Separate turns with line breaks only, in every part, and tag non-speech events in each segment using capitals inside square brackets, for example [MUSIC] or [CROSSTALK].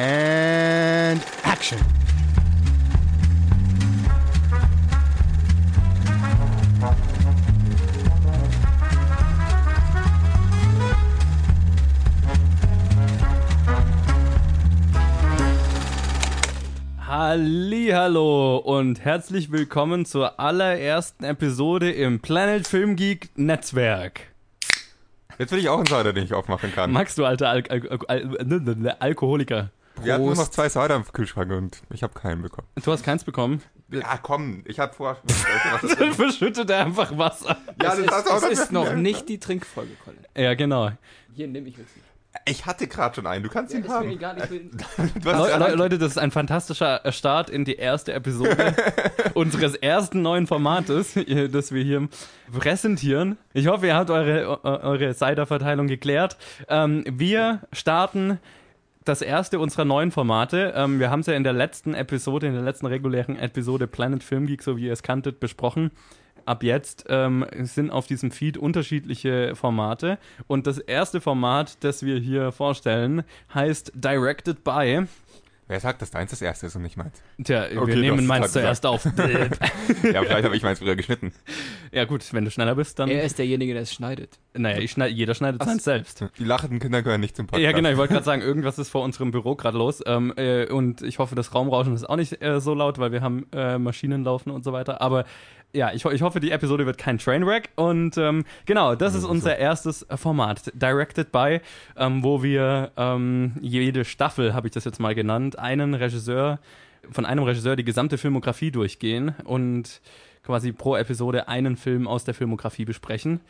And action.
Hallo und herzlich willkommen zur allerersten Episode im Planet Film Geek Netzwerk.
Jetzt will ich auch einen Cider, den ich aufmachen kann.
Max, du alter Al Al Al Alkoholiker.
Wir hatten nur noch zwei Cider im Kühlschrank und ich habe keinen bekommen.
Du hast keins bekommen. [LAUGHS]
Ja, komm, ich habe vorher...
Dann verschüttet er einfach Wasser.
ja, das hast du auch
Es ist noch
gemerkt.
nicht die Trinkfolge, Colin.
Ja, genau.
Hier nehme ich mit.
Ich hatte gerade schon einen, du kannst ihn
Ist mir
haben.
egal, ich will.
Du hast
Leu
ja
Leu Leute, das ist ein fantastischer Start in die erste Episode unseres ersten neuen Formates, ihr- das wir hier präsentieren. Ich hoffe, ihr habt eure, eu- eure Cider-Verteilung geklärt. Ähm, wir starten das erste unserer neuen Formate. Ähm, wir haben es ja in der letzten Episode, in der letzten regulären Episode Planet Film Geek, so wie ihr es kanntet, besprochen. Ab jetzt ähm, sind auf diesem Feed unterschiedliche Formate. Und das erste Format, das wir hier vorstellen, heißt Directed by.
Wer sagt, dass deins das erste ist und nicht meins?
Tja,
Okay,
wir
du hast
nehmen
es
meins
halt
zuerst auf.
Ja, vielleicht habe ich meins früher geschnitten. [LAUGHS]
ja gut, wenn du schneller bist, dann...
Er ist derjenige, der es schneidet.
naja, ich schneid, jeder schneidet seins selbst.
Die lachenden Kinder gehören nicht zum Podcast.
Ja genau, ich wollte gerade sagen, irgendwas ist vor unserem Büro gerade los. Ähm, äh, und ich hoffe, das Raumrauschen ist auch nicht äh, so laut, weil wir haben äh, Maschinen laufen und so weiter. Aber ja, ich, ho- ich hoffe, die Episode wird kein Trainwreck. Und ähm, genau, das ist unser erstes äh, Format, Directed By, ähm, wo wir ähm, jede Staffel, habe ich das jetzt mal genannt, einen Regisseur, von einem Regisseur die gesamte Filmografie durchgehen und quasi pro Episode einen Film aus der Filmografie besprechen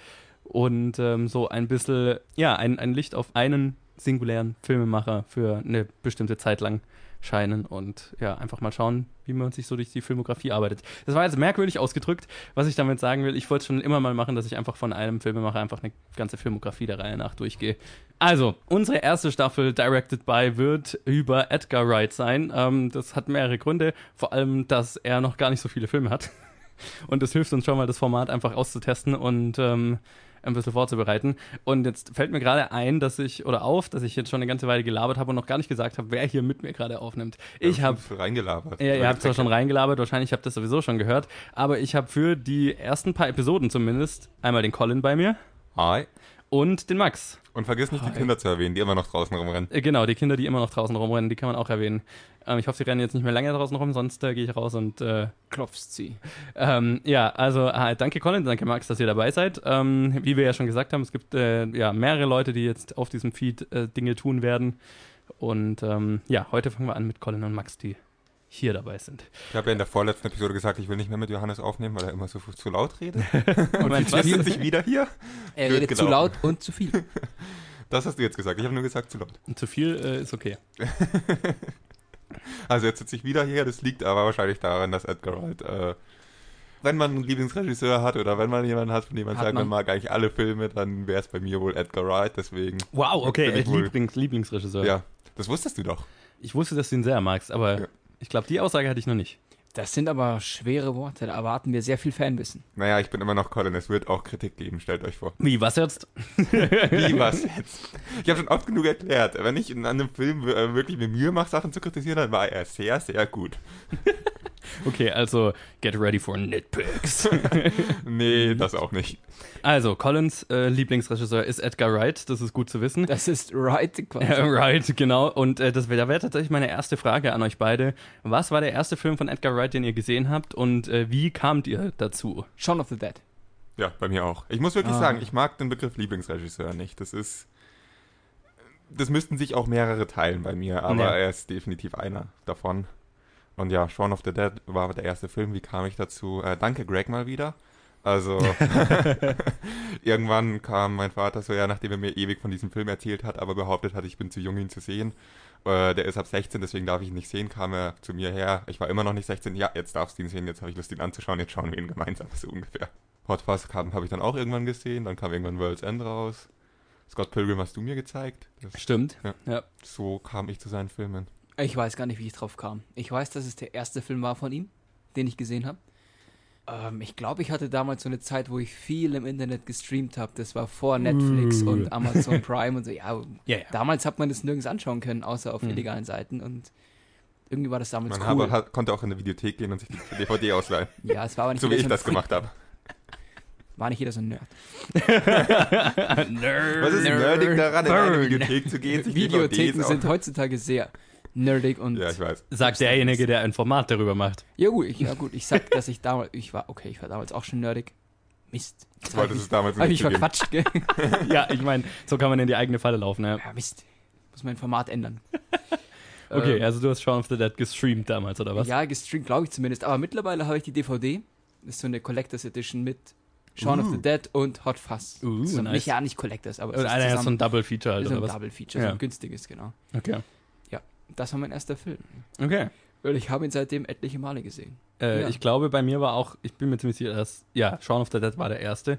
und ähm, so ein bisschen, ja, ein, ein Licht auf einen singulären Filmemacher für eine bestimmte Zeit lang scheinen und ja, einfach mal schauen, wie man sich so durch die Filmografie arbeitet. Das war jetzt merkwürdig ausgedrückt, was ich damit sagen will. Ich wollte schon immer mal machen, dass ich einfach von einem Filmemacher einfach eine ganze Filmografie der Reihe nach durchgehe. Also, unsere erste Staffel Directed by wird über Edgar Wright sein. Ähm, das hat mehrere Gründe, vor allem, dass er noch gar nicht so viele Filme hat. [LAUGHS] Und es hilft uns schon mal, das Format einfach auszutesten und ähm, ein bisschen vorzubereiten. Und jetzt fällt mir gerade ein, dass ich, oder auf, dass ich jetzt schon eine ganze Weile gelabert habe und noch gar nicht gesagt habe, wer hier mit mir gerade aufnimmt. Ich habe
Reingelabert.
ja, ihr habt zwar schon reingelabert, wahrscheinlich habt ihr das sowieso schon gehört, aber ich habe für die ersten paar Episoden zumindest einmal den Colin bei mir
Hi.
und den Max.
Und vergiss nicht, die Kinder zu erwähnen, die immer noch draußen rumrennen.
Äh, genau, die Kinder, die immer noch draußen rumrennen, die kann man auch erwähnen. Ähm, ich hoffe, sie rennen jetzt nicht mehr lange draußen rum, sonst äh, gehe ich raus und äh,
Klopfst sie.
Ähm, ja, also ah, danke Colin, danke Max, dass ihr dabei seid. Ähm, wie wir ja schon gesagt haben, es gibt äh, ja mehrere Leute, die jetzt auf diesem Feed äh, Dinge tun werden. Und ähm, ja, heute fangen wir an mit Colin und Max, die hier dabei sind.
Ich habe ja in der vorletzten Episode gesagt, ich will nicht mehr mit Johannes aufnehmen, weil er immer so zu laut redet.
Und
Die treffen sich wieder hier.
Er
Blöd
redet zu laut
gelaufen.
und zu viel.
Das hast du jetzt gesagt. Ich habe nur gesagt, zu laut.
zu viel äh, ist okay.
[LAUGHS] Also jetzt sitze ich wieder hier. Das liegt aber wahrscheinlich daran, dass Edgar Wright, äh, wenn man einen Lieblingsregisseur hat oder wenn man jemanden hat, von dem man
Hat
sagt, man
man.
mag eigentlich alle Filme, dann wäre es bei mir wohl Edgar Wright. Deswegen,
Wow, okay.
Bin ich wohl-
Lieblings, Lieblingsregisseur.
ja, das wusstest du doch.
Ich wusste, dass du ihn sehr magst, aber
Ja.
ich glaube, die Aussage hatte ich noch nicht.
Das sind aber schwere Worte. Da erwarten wir sehr viel Fanwissen.
Naja, ich bin immer noch Colin. Es wird auch Kritik geben, stellt euch
[LAUGHS]
vor.
Wie, was jetzt?
Wie was jetzt? Ich habe schon oft genug erklärt. Wenn ich in einem Film äh, wirklich mir Mühe mache, Sachen zu kritisieren, dann war er sehr, sehr gut.
Okay, also get ready for nitpicks.
[LAUGHS] Nee,
Mhm.
das auch nicht.
also, Collins äh, Lieblingsregisseur ist Edgar Wright, das ist gut zu wissen. [LAUGHS]
Das ist right quasi.
Ja, right, genau. Und äh, das wär- da wäre tatsächlich meine erste Frage an euch beide. Was war der erste Film von Edgar Wright, den ihr gesehen habt und äh, wie kamt ihr
[LAUGHS]
dazu?
Shaun of the Dead.
Ja, bei mir auch. Ich muss wirklich
Ah.
sagen, ich mag den Begriff Lieblingsregisseur nicht. Das ist. Das müssten sich auch mehrere teilen bei mir, aber
Ja.
er ist definitiv einer davon. Und ja, Shaun of the Dead war der erste Film. Wie kam ich dazu? Äh, danke, Greg, mal wieder. Also, [LAUGHS] irgendwann kam mein Vater so, ja, nachdem er mir ewig von diesem Film erzählt hat, aber behauptet hat, ich bin zu jung, ihn zu sehen. Äh, der ist ab 16, deswegen darf ich ihn nicht sehen, kam er zu mir her. Ich war immer noch nicht 16. Ja, jetzt darfst du ihn sehen, jetzt habe ich Lust, ihn anzuschauen. Jetzt schauen wir ihn gemeinsam, [LAUGHS] so ungefähr. Hot Fuzz kam, habe ich dann auch irgendwann gesehen. Dann kam irgendwann World's End raus. Scott Pilgrim hast du mir gezeigt. Das,
Stimmt.
Ja.
Ja.
so kam ich zu seinen Filmen.
Ich weiß gar nicht, wie ich drauf kam. Ich weiß, dass es der erste Film war von ihm, den ich gesehen habe. Ähm, ich glaube, ich hatte damals so eine Zeit, wo ich viel im Internet gestreamt habe. Das war vor Netflix und
[LAUGHS]
Amazon Prime und so. Ja,
Mm. Ja, Mm. ja.
damals hat man das nirgends anschauen können, außer auf illegalen Seiten. Und irgendwie war das damals
Man
cool.
habe, halt hat, konnte auch in eine Videothek gehen und sich die
[LAUGHS]
DVD ausleihen,
ja, es war aber nicht
so wie
jeder
ich
ein
das
Freak-
gemacht habe.
War nicht jeder so ein
[LAUGHS]
Nerd.
Nerd.
Was ist nerdig daran, in eine
Burn.
Videothek zu gehen, sich
Videotheken
DVDs
sind
auf-
heutzutage sehr nerdig und
Ja, ich weiß.
Sagt derjenige, der ein Format darüber macht.
Ja gut, ich, ja gut, ich sag, dass ich damals, ich war, okay, ich war damals auch schon nerdig. Mist. Jetzt
Du wolltest es damals
hab ich mich
nicht zugeben.
verquatscht, gell?
Ja, ich meine, so kann man in die eigene Falle laufen. Ja.
Ja, Mist. Muss mein Format ändern.
[LAUGHS] Okay,
Ähm,
also du hast Shaun of the Dead gestreamt damals, oder was?
Ja, gestreamt, glaube ich zumindest. Aber mittlerweile habe ich die DVD. Das ist so eine Collectors Edition mit Shaun of the Dead und Hot Fuzz.
Uh,
so,
nice.
Nicht ja nicht Collectors, aber es
Und
ist
einer hat so
zusammen,
ein Double Feature halt,
ist so
oder
ein
was?
Double Feature, so
Ja.
ein günstiges, genau.
Okay.
Das war mein erster Film.
Okay.
Und ich habe ihn seitdem etliche Male gesehen.
Äh,
Ja.
Ich glaube, bei mir war auch, ich bin mir ziemlich sicher, dass, ja, Shaun of the Dead war der erste.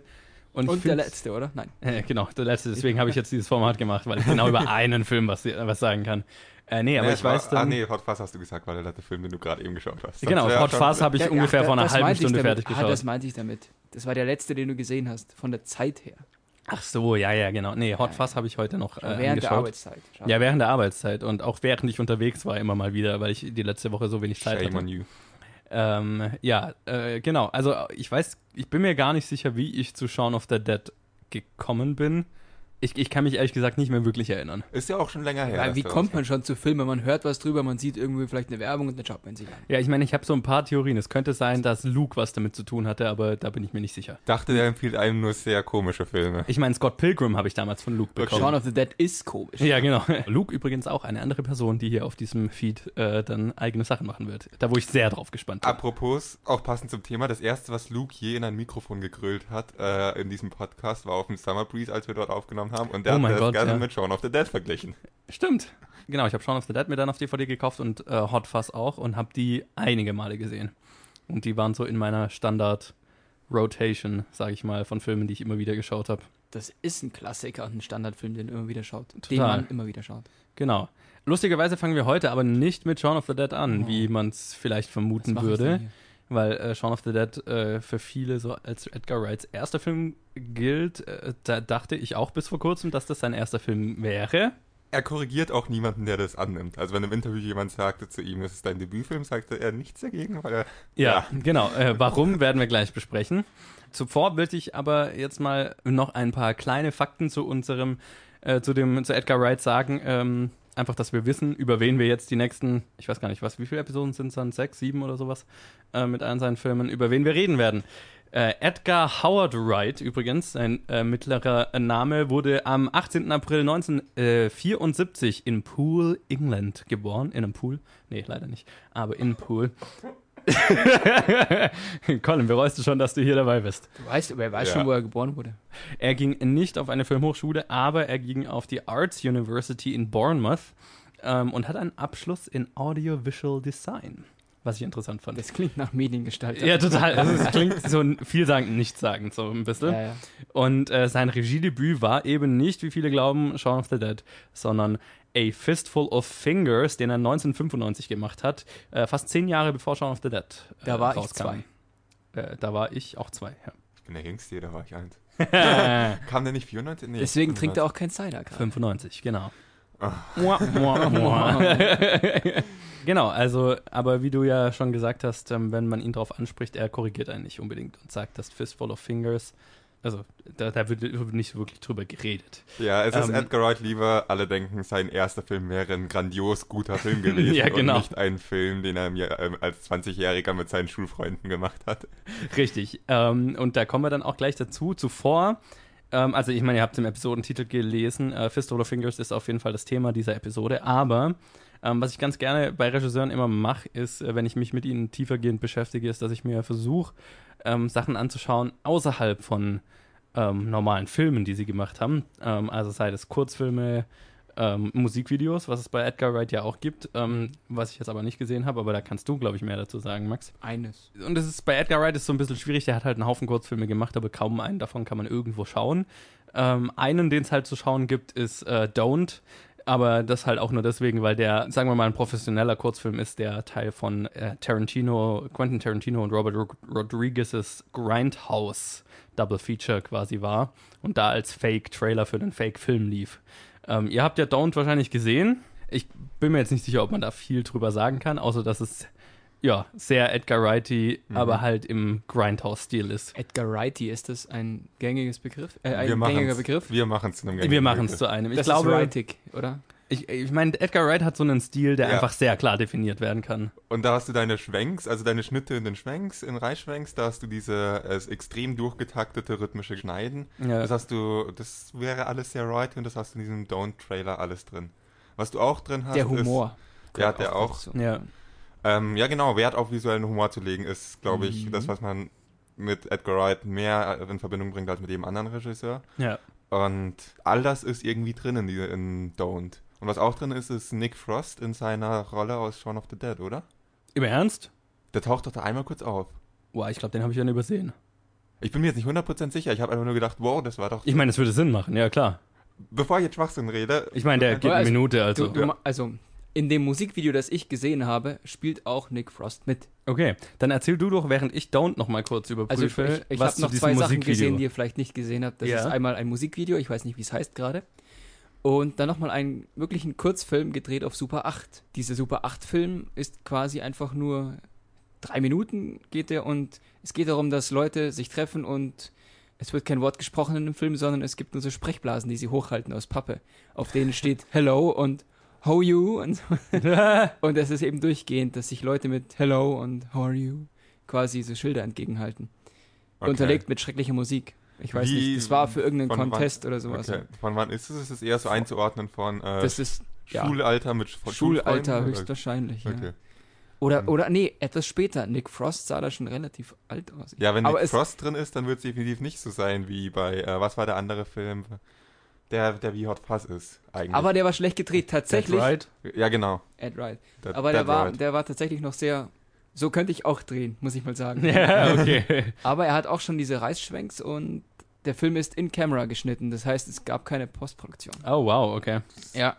Und, ich
Und der
find's-
letzte, oder? Nein.
Äh, genau, der letzte.
[LAUGHS]
Deswegen habe ich jetzt dieses Format gemacht, weil ich genau über einen Film was, was sagen kann. Äh, nee, aber
Nee,
ich
es war-
weiß
Ah,
dann.
nee, Hot Fuzz hast du gesagt, weil der letzte Film, den du gerade eben geschaut hast.
genau,
Sonst wär
Hot
schon-
Fuzz habe ich
Ja,
ungefähr
ja,
vor einer
das
halben
meinte ich
Stunde
damit.
fertig
Ah,
geschaut.
das meinte ich damit. Das war der letzte, den du gesehen hast, von der Zeit her.
Ach so, ja, ja, genau. Nee, Hot
Ja,
Fuzz habe ich heute noch äh,
während der
angeschaut.
Arbeitszeit. Schau.
Ja, während der Arbeitszeit und auch während ich unterwegs war immer mal wieder, weil ich die letzte Woche so wenig Zeit
Shame on
hatte.
you.
Ähm, ja, äh, genau. Also ich weiß, ich bin mir gar nicht sicher, wie ich zu Shaun of the Dead gekommen bin. Ich, ich kann mich ehrlich gesagt nicht mehr wirklich erinnern.
Ist ja auch schon länger her.
Weil
dass
wie
der
kommt man schon zu Filmen? Man hört was drüber, man sieht irgendwie vielleicht eine Werbung und dann schaut man sich an.
Ja, ich meine, ich habe so ein paar Theorien. Es könnte sein, dass Luke was damit zu tun hatte, aber da bin ich mir nicht sicher.
dachte, der empfiehlt einem nur sehr komische Filme.
Ich meine, Scott Pilgrim habe ich damals von Luke bekommen.
Shaun of the Dead ist komisch.
Ja, genau. Luke übrigens auch eine andere Person, die hier auf diesem Feed äh, dann eigene Sachen machen wird. Da, wo ich sehr drauf gespannt bin.
Apropos, auch passend zum Thema, das erste, was Luke je in ein Mikrofon gegrillt hat äh, in diesem Podcast, war auf dem Summer Breeze, als wir dort aufgenommen haben. Und der
Oh
hat
mein
das
Gott,
Ganze
ja.
mit Shaun of the Dead verglichen.
Stimmt. Genau, ich habe Shaun of the Dead mir dann auf DVD gekauft und äh, Hot Fuzz auch und habe die einige Male gesehen. Und die waren so in meiner Standard-Rotation, sage ich mal, von Filmen, die ich immer wieder geschaut habe.
Das ist ein Klassiker und ein Standardfilm, den immer wieder schaut. Den
Total.
man immer wieder schaut.
Genau. Lustigerweise fangen wir heute aber nicht mit Shaun of the Dead an,
Oh.
wie man es vielleicht
Was
vermuten
mache ich denn
würde,
hier?
weil äh, Shaun of the Dead äh, für viele so als Edgar Wrights erster Film gilt. Äh, da dachte ich auch bis vor kurzem, dass das sein erster Film wäre.
Er korrigiert auch niemanden, der das annimmt. Also wenn im Interview jemand sagte zu ihm, es ist dein Debütfilm, sagte er nichts dagegen, weil er
Ja, genau. Äh, warum werden wir gleich besprechen. Zuvor will ich aber jetzt mal noch ein paar kleine Fakten zu unserem, äh, zu dem, zu Edgar Wright sagen. Ähm, einfach, dass wir wissen, über wen wir jetzt die nächsten, ich weiß gar nicht was, wie viele Episoden sind es dann? Sechs, sieben oder sowas äh, mit allen seinen Filmen, über wen wir reden werden. Äh, Edgar Howard Wright übrigens, sein äh, mittlerer Name, wurde am 18. April 1974 in Poole, England geboren. In einem Pool? Nee, leider nicht. Aber in Poole. [LAUGHS] Colin, bereust du schon, dass du hier dabei bist?
Du weißt, wer weiß
Ja.
schon, wo er geboren wurde.
Er ging nicht auf eine Filmhochschule, aber er ging auf die Arts University in Bournemouth ähm, und hat einen Abschluss in Audiovisual Design, was ich interessant fand.
Das klingt nach Mediengestalter.
ja, total. Also, [LAUGHS] es klingt so ein vielsagend, nichtssagend, so ein bisschen.
Ja, ja.
Und äh, sein Regiedebüt war eben nicht, wie viele glauben, Shaun of the Dead, sondern A Fistful of Fingers, den er 1995 gemacht hat, äh, fast zehn Jahre bevor Shaun of the Dead äh,
Da war ich
rauskam.
zwei.
Äh, da war ich auch zwei,
ich bin der Jüngste, da war ich eins.
[LAUGHS] ja.
Kam der nicht 94? Nee,
Deswegen trinkt
genau.
er auch kein Cider gerade.
95, genau. Mua, mua, mua. genau, also, aber wie du ja schon gesagt hast, ähm, wenn man ihn drauf anspricht, er korrigiert einen nicht unbedingt und sagt, das Fistful of Fingers, also da, da wird wird nicht wirklich drüber geredet.
Ja, es ist
Ähm,
Edgar Wright lieber. Alle denken, sein erster Film wäre ein grandios
[LAUGHS]
guter Film gewesen
Ja, genau.
und nicht ein Film, den er mir ähm, als 20-Jähriger mit seinen Schulfreunden gemacht hat.
Richtig. Ähm, und da kommen wir dann auch gleich dazu. Zuvor, ähm, also ich meine, ihr habt den Episodentitel gelesen. Äh, Fistful of Fingers ist auf jeden Fall das Thema dieser Episode. Aber ähm, was ich ganz gerne bei Regisseuren immer mache, ist, äh, wenn ich mich mit ihnen tiefergehend beschäftige, ist, dass ich mir versuche, ähm, Sachen anzuschauen außerhalb von ähm, normalen Filmen, die sie gemacht haben. Ähm, also sei das Kurzfilme, ähm, Musikvideos, was es bei Edgar Wright ja auch gibt, ähm, was ich jetzt aber nicht gesehen habe, aber da kannst du, glaube ich, mehr dazu sagen, Max
Eines.
und es ist bei Edgar Wright ist so ein bisschen schwierig, der hat halt einen Haufen Kurzfilme gemacht, aber kaum einen davon kann man irgendwo schauen. Ähm, einen, den es halt zu schauen gibt, ist äh, Don't. aber das halt auch nur deswegen, weil der, sagen wir mal, ein professioneller Kurzfilm ist, der Teil von äh, Tarantino, Quentin Tarantino und Robert Rod Rodriguez's Grindhouse Double Feature quasi war und da als Fake-Trailer für den Fake-Film lief. Ähm, ihr habt ja Don't wahrscheinlich gesehen. Ich bin mir jetzt nicht sicher, ob man da viel drüber sagen kann, außer dass es ja sehr Edgar Wrighty,
Mhm.
aber halt im Grindhouse-Stil ist.
Edgar Wrighty, ist das ein gängiges Begriff? Äh, ein
wir
gängiger
machen's-
Begriff?
Wir machen es zu einem gängigen
Wir machen es
Begriff.
zu einem. Ich
das ist
glaube,
Wrightig, oder?
ich, ich meine, Edgar Wright hat so einen Stil, der
Ja.
einfach sehr klar definiert werden kann.
Und da hast du deine Schwenks, also deine Schnitte in den Schwenks, in Reischwenks, da hast du diese äh, extrem durchgetaktete rhythmische Schneiden.
Ja.
Das hast du, das wäre alles sehr right und das hast du in diesem Don't-Trailer alles drin. Was du auch drin hast,
Der Humor.
Ja,
Gehört
der auch.
dazu.
Ja.
Ist, ähm, ja genau, Wert auf visuellen Humor zu legen, ist, glaube ich,
Mhm.
das, was man mit Edgar Wright mehr äh, in Verbindung bringt als mit jedem anderen Regisseur.
Ja.
Und all das ist irgendwie drin in, die, in Don't. Und was auch drin ist, ist Nick Frost in seiner Rolle aus Shaun of the Dead, oder?
Im Ernst?
Der taucht doch da einmal kurz auf.
Boah, ich glaube, den habe ich dann übersehen.
Ich bin mir jetzt nicht 100% sicher. Ich habe einfach nur gedacht, wow, das war doch.
Ich meine, es würde Sinn machen, ja klar.
Bevor ich jetzt Schwachsinn rede.
Ich meine, der geht eine
Also,
Minute,
Du,
also.
du, ma- also, in dem Musikvideo, das ich gesehen habe, spielt auch Nick Frost mit.
Okay, dann erzähl du doch, während ich Don't noch mal kurz
Also ich,
überprüfe,
ich, ich
was
habe
zu
noch
diesem
zwei Sachen
Musikvideo.
gesehen, die ihr vielleicht nicht gesehen habt. Das
Ja.
ist einmal ein Musikvideo, ich weiß nicht, wie es heißt gerade. Und dann nochmal einen wirklichen Kurzfilm gedreht auf Super 8. Dieser Super 8-Film ist quasi einfach nur drei Minuten geht der und es geht darum, dass Leute sich treffen und es wird kein Wort gesprochen in dem Film, sondern es gibt nur so Sprechblasen, die sie hochhalten aus Pappe. Auf denen
[LAUGHS]
steht Hello und How you und so. Und es ist eben durchgehend, dass sich Leute mit Hello und How are you quasi so Schilder entgegenhalten
Okay.
unterlegt mit schrecklicher Musik. Ich weiß
Wie-
nicht, das war für irgendeinen
von
Contest oder sowas.
Okay. Von wann ist es? Ist es eher so einzuordnen von äh,
Das ist ja,
Schulalter mit von
Schulalter
Schulfreunden?
höchstwahrscheinlich.
Okay. Ähm.
Ja. Oder, oder nee, etwas später. Nick Frost sah da schon relativ alt aus.
Ja, wenn
Aber
Nick
es-
Frost drin ist, dann wird es definitiv nicht so sein wie bei, äh, was war der andere Film, der, der wie Hot Fuzz ist eigentlich.
Aber der war schlecht gedreht, tatsächlich.
Right? [LAUGHS]
ja, genau.
Ed Wright.
That-
Aber der
that
war,
right.
der war tatsächlich noch sehr. So könnte ich auch drehen, muss ich mal sagen.
Ja, okay.
Aber er hat auch schon diese Reißschwenks und der Film ist in Camera geschnitten. Das heißt, es gab keine Postproduktion.
Oh, wow, okay.
Ja.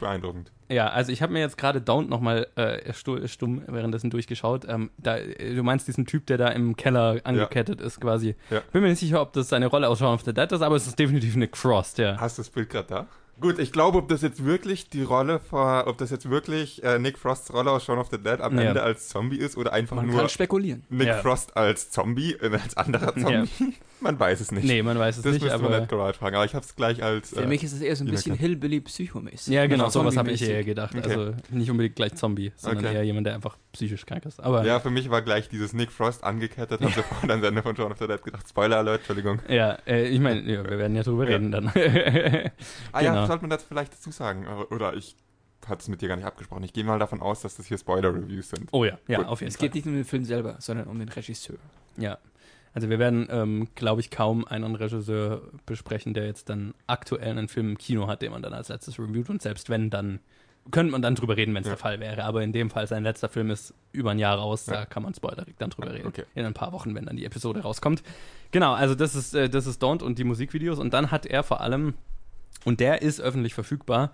beeindruckend.
Ja, also ich habe mir jetzt gerade Don't nochmal äh, stu stumm währenddessen durchgeschaut. Ähm, da, äh, du meinst diesen Typ, der da im Keller angekettet ist quasi.
Ja.
Bin mir nicht sicher, ob das seine Rolle aus Shaun of the Dead ist, aber es ist definitiv eine Cross, ja.
Hast du das Bild gerade da? Gut, ich glaube, ob das jetzt wirklich die Rolle von, ob das jetzt wirklich äh, Nick Frosts Rolle aus Shaun of the Dead am
Ja.
Ende als Zombie ist oder einfach
Man
nur
kann spekulieren.
Nick
Ja.
Frost als Zombie, äh,
[LAUGHS]
als anderer
Ja.
Zombie. Man weiß es nicht.
Nee, man weiß es
das
nicht,
müsste man
aber...
nicht gerade fragen, aber ich habe es gleich als. äh,
Für mich ist es eher so ein
Ja,
bisschen
klar.
Hillbilly-Psychomäßig. Also
Ja, genau, sowas habe ich
Zombie-mäßig.
eher gedacht.
Okay.
Also nicht unbedingt gleich Zombie, sondern
Okay.
eher jemand, der einfach psychisch krank ist. Aber
Ja, für mich war gleich dieses Nick Frost angekettet, hab sofort an Sende von Shaun of the Dead gedacht. Spoiler Alert, Entschuldigung.
Ja, äh, ich meine, ja, wir werden ja drüber
Ja.
reden dann. [LAUGHS]
Ah
Genau.
ja, sollte man das vielleicht dazu sagen? äh, Oder ich hatte es mit dir gar nicht abgesprochen. Ich gehe mal davon aus, dass das hier Spoiler-Reviews sind.
oh ja, ja,
Gut.
auf jeden
Es geht
Fall.
nicht um den Film selber, sondern um den Regisseur.
Ja. Also wir werden, ähm, glaube ich, kaum einen Regisseur besprechen, der jetzt dann aktuell einen Film im Kino hat, den man dann als letztes reviewt. Und selbst wenn, dann könnte man dann drüber reden, wenn es
Ja.
der Fall wäre. Aber in dem Fall, sein letzter Film ist über ein Jahr raus, da
Ja.
kann man spoilerig dann drüber reden.
Okay.
In ein paar Wochen, wenn dann die Episode rauskommt. Genau, also das ist, äh, das ist Daunt und die Musikvideos. Und dann hat er vor allem, und der ist öffentlich verfügbar,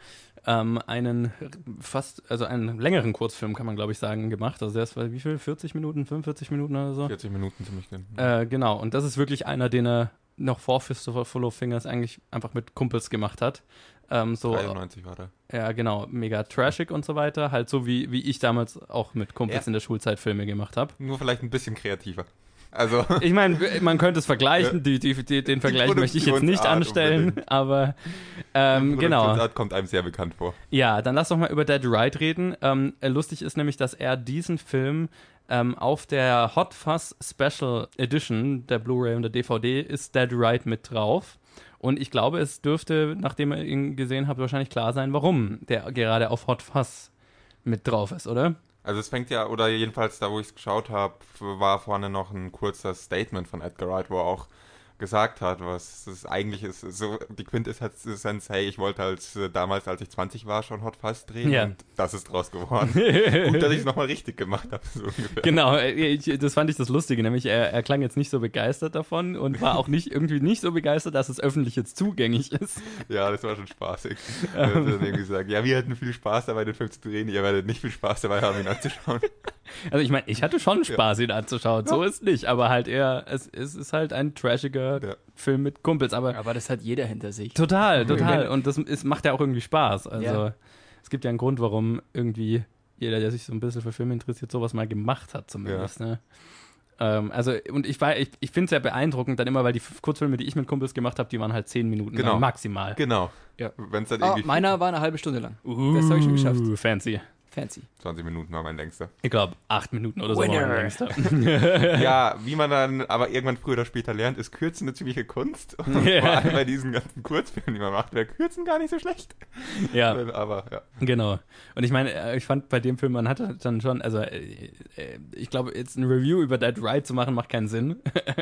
ähm, einen fast, also einen längeren Kurzfilm, kann man glaube ich sagen, gemacht. Also der ist, wie viel, 40 Minuten, 45 Minuten oder so?
40 Minuten ziemlich genau.
Äh, genau, und das ist wirklich einer, den er noch vor Fistful Follow Fingers eigentlich einfach mit Kumpels gemacht hat. Ähm, so,
93 war der.
ja, genau, mega trashig und so weiter. Halt so wie, wie ich damals auch mit Kumpels
Ja.
in der Schulzeit Filme gemacht habe.
Nur vielleicht ein bisschen kreativer. Also,
Ich meine, w- [LAUGHS] man könnte es vergleichen, die, die, die, den Vergleich möchte ich jetzt nicht
Produktionsart
anstellen,
Ah, unbedingt.
aber
[LAUGHS]
ähm, genau.
Produktionsart kommt einem sehr bekannt vor.
Ja, dann lass doch mal über Dead Right reden. Ähm, äh, lustig ist nämlich, dass er diesen Film ähm, auf der Hot Fuzz Special Edition der Blu-ray und der DVD ist Dead Right mit drauf. Und ich glaube, es dürfte, nachdem ihr ihn gesehen habt, wahrscheinlich klar sein, warum der gerade auf Hot Fuzz mit drauf ist, oder?
Also es fängt ja, oder jedenfalls da, wo ich es geschaut habe, war vorne noch ein kurzer Statement von Edgar Wright, wo er auch gesagt hat, was es eigentlich ist. So, die Quintessenz, hey, ich wollte als äh, damals, als ich 20 war, schon Hot Fuzz drehen
Ja.
und das ist draus geworden. [LAUGHS]
[LAUGHS]
Gut, dass ich es nochmal richtig gemacht habe, so ungefähr.
Genau, äh, ich, das fand ich das Lustige, nämlich er, er klang jetzt nicht so begeistert davon und war auch nicht irgendwie nicht so begeistert, dass es öffentlich jetzt zugänglich ist.
Ja, das war
[LAUGHS]
schon spaßig.
Ähm.
Er hat dann irgendwie gesagt, ja, wir hatten viel Spaß dabei, den Film zu drehen, ihr werdet nicht viel Spaß dabei haben,
[LAUGHS]
ihn anzuschauen.
Also ich meine, ich hatte schon Spaß, ihn anzuschauen, so ist nicht, aber halt eher, es, es ist halt ein trashiger
Ja.
Film mit Kumpels, aber
Aber das hat jeder hinter sich.
Total, total. Und das ist, macht ja auch irgendwie Spaß. Also
Ja.
es gibt ja einen Grund, warum irgendwie jeder, der sich so ein bisschen für Filme interessiert, sowas mal gemacht hat zumindest. Ne? Ähm, also, und ich war, ich, ich finde es ja beeindruckend dann immer, weil die F- Kurzfilme, die ich mit Kumpels gemacht habe, die waren halt zehn Minuten
Genau.
lang, maximal.
Genau.
Ja.
Wenn es dann
Ah,
irgendwie
meiner war eine halbe Stunde lang.
Uh,
Das hab ich schon geschafft.
Fancy.
Fancy.
20 Minuten war
[LAUGHS]
mein längster.
Ich glaube, acht Minuten oder so.
Winner.
waren längster.
Ja, wie man dann aber irgendwann früher oder später lernt, ist Kürzen eine ziemliche Kunst.
[LAUGHS]
Und
Ja.
Vor allem bei diesen ganzen Kurzfilmen, die man macht, wäre Kürzen gar nicht so schlecht.
ja.
Aber ja.
Genau. Und ich meine, äh, ich fand bei dem Film, man hat halt dann schon, also äh, äh, ich glaube, jetzt ein Review über Dead Ride zu machen, macht keinen Sinn. [LAUGHS]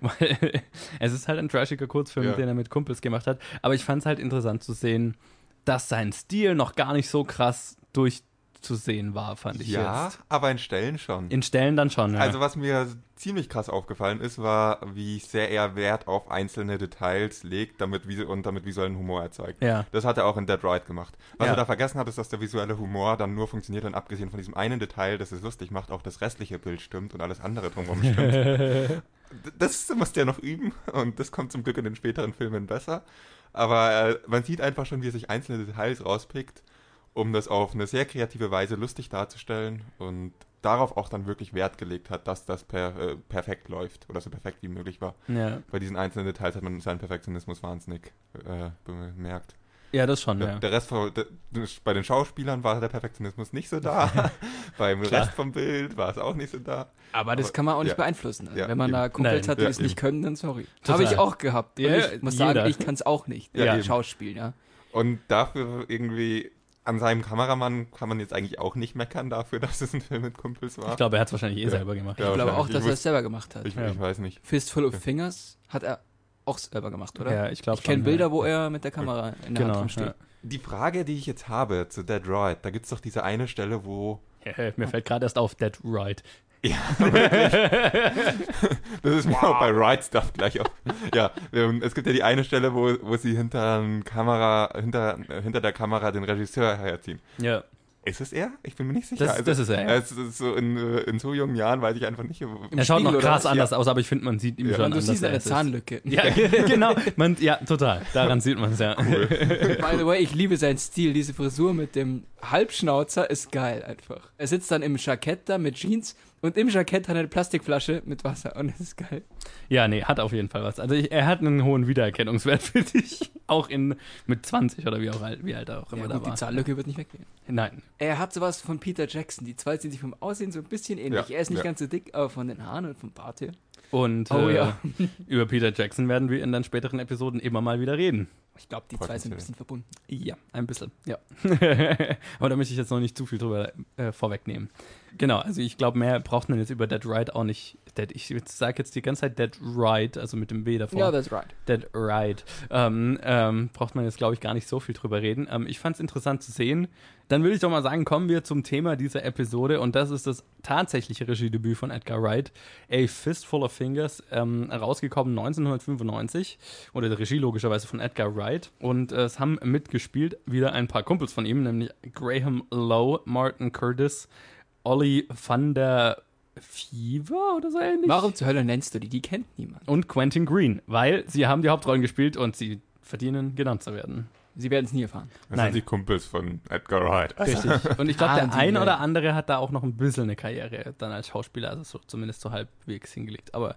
Weil äh, es ist halt ein trashiger Kurzfilm,
Ja.
den er mit Kumpels gemacht hat. Aber ich fand es halt interessant zu sehen, dass sein Stil noch gar nicht so krass durchzusehen war, fand ich
ja,
jetzt.
aber in Stellen schon.
In Stellen dann schon. Ja.
Also was mir ziemlich krass aufgefallen ist, war, wie sehr er Wert auf einzelne Details legt damit visu- und damit visuellen Humor erzeugt.
ja.
Das hat er auch in Dead Right gemacht. Was
Ja.
er da vergessen hat, ist, dass der visuelle Humor dann nur funktioniert, wenn abgesehen von diesem einen Detail, das es lustig macht, auch das restliche Bild stimmt und alles andere drumherum stimmt. D- das muss der noch üben und das kommt zum Glück in den späteren Filmen besser. Aber äh, man sieht einfach schon, wie er sich einzelne Details rauspickt, um das auf eine sehr kreative Weise lustig darzustellen und darauf auch dann wirklich Wert gelegt hat, dass das per, äh, perfekt läuft oder so perfekt wie möglich war.
ja.
Bei diesen einzelnen Details hat man seinen Perfektionismus wahnsinnig äh, bemerkt.
Ja, das schon,
Der,
ja.
der Rest von, der, bei den Schauspielern war der Perfektionismus nicht
[LAUGHS]
so da. Beim
Klar.
Rest vom Bild war es auch nicht so da.
Aber das
Aber-
kann man auch nicht
ja.
beeinflussen. Also
Ja,
wenn man
eben.
da Kumpels
Nein.
hat, die
Ja,
es nicht
eben.
können, dann sorry.
Total.
Habe ich auch gehabt. Und
Ja,
ich muss
jeder.
sagen, ich kann es auch nicht.
Ja, eben.
Schauspiel, ja.
Und dafür irgendwie an seinem Kameramann kann man jetzt eigentlich auch nicht meckern dafür, [LAUGHS] dass es ein Film mit Kumpels war.
Ich glaube, er hat es wahrscheinlich eh
Ja.
selber gemacht.
Ja,
Ich glaube auch,
wahrscheinlich.
dass er es selber gemacht hat.
ich,
Ja.
ich weiß nicht.
Fistful of Fingers hat er auch selber gemacht, oder?
Ja, ich glaube
Ich kenne
schon,
Bilder,
ja.
wo er mit der Kamera in der Hand
Genau.
rumsteht.
Die Frage, die ich jetzt habe zu Dead Right, da gibt's doch diese eine Stelle, wo
Ja. [LAUGHS] Mir fällt gerade erst auf Dead Ride. [LAUGHS]
[LAUGHS] Das ist mir auch [LAUGHS] bei Right Stuff gleich auf. ja, ähm, es gibt ja die eine Stelle, wo, wo sie hinter, Kamera, hinter, äh, hinter der Kamera den Regisseur herziehen.
Ja.
Ist es er? Ich bin mir nicht sicher.
Das- das ist er, ja.
Es ist so in, äh, in so jungen Jahren weiß ich einfach nicht. wo-
Er schaut
Spiegel
noch
oder
krass
was?
anders aus, aber ich finde, man sieht ihm
Ja.
schon
Und du
anders
siehst eine
als es ist.
Zahnlücke.
[LAUGHS]
[LAUGHS]
Ja, ge- genau. Man, ja, total. Daran sieht man es ja.
By the way, ich liebe seinen Stil. Diese Frisur mit dem Halbschnauzer ist geil einfach. Er sitzt dann im Jackett da mit Jeans und im Jackett hat er eine Plastikflasche mit Wasser und das ist geil.
[LAUGHS] Ja, nee, hat auf jeden Fall was. Also ich, er hat einen hohen Wiedererkennungswert [LAUGHS] für dich. Auch in mit 20 oder wie, auch, alt- wie alt er auch immer
Ja,
da
gut, die
war.
Zahnlücke wird nicht weggehen.
Nein.
Er hat sowas von Peter Jackson. Die zwei sind sich vom Aussehen so ein bisschen ähnlich.
Ja,
er ist nicht
ja.
ganz so dick, aber von den Haaren und vom Bart her.
Und
Oh,
äh,
ja.
über Peter Jackson werden wir in dann späteren Episoden immer mal wieder reden.
Ich glaube, die
Freut
zwei
mich
sind ein
sehr.
bisschen verbunden.
Ja, ein bisschen. Ja. [LAUGHS] Aber da möchte ich jetzt noch nicht zu viel drüber äh, vorwegnehmen. Genau, also ich glaube, mehr braucht man jetzt über Dead Right auch nicht. Dead, ich sage jetzt die ganze Zeit Dead Right, also mit dem B davor.
Ja, that's right.
Dead Right. Ähm, ähm, braucht man jetzt, glaube ich, gar nicht so viel drüber reden. Ähm, ich fand es interessant zu sehen. Dann würde ich doch mal sagen, kommen wir zum Thema dieser Episode und das ist das tatsächliche Regiedebüt von Edgar Wright, A Fistful of Fingers, ähm, rausgekommen 1995 oder der Regie logischerweise von Edgar Wright und äh, es haben mitgespielt wieder ein paar Kumpels von ihm, nämlich Graham Lowe, Martin Curtis, Ollie van der Fever oder so ähnlich
Warum zur Hölle nennst du die? Die kennt niemand.
und Quentin Green, weil sie haben die Hauptrollen gespielt und sie verdienen, genannt zu werden.
Sie werden es nie erfahren.
Das
Nein.
sind die Kumpels von Edgar Wright.
Richtig. Und ich glaube,
Ah,
der
die,
ein
ja.
oder andere hat da auch noch ein bisschen eine Karriere dann als Schauspieler, also so, zumindest so halbwegs hingelegt. Aber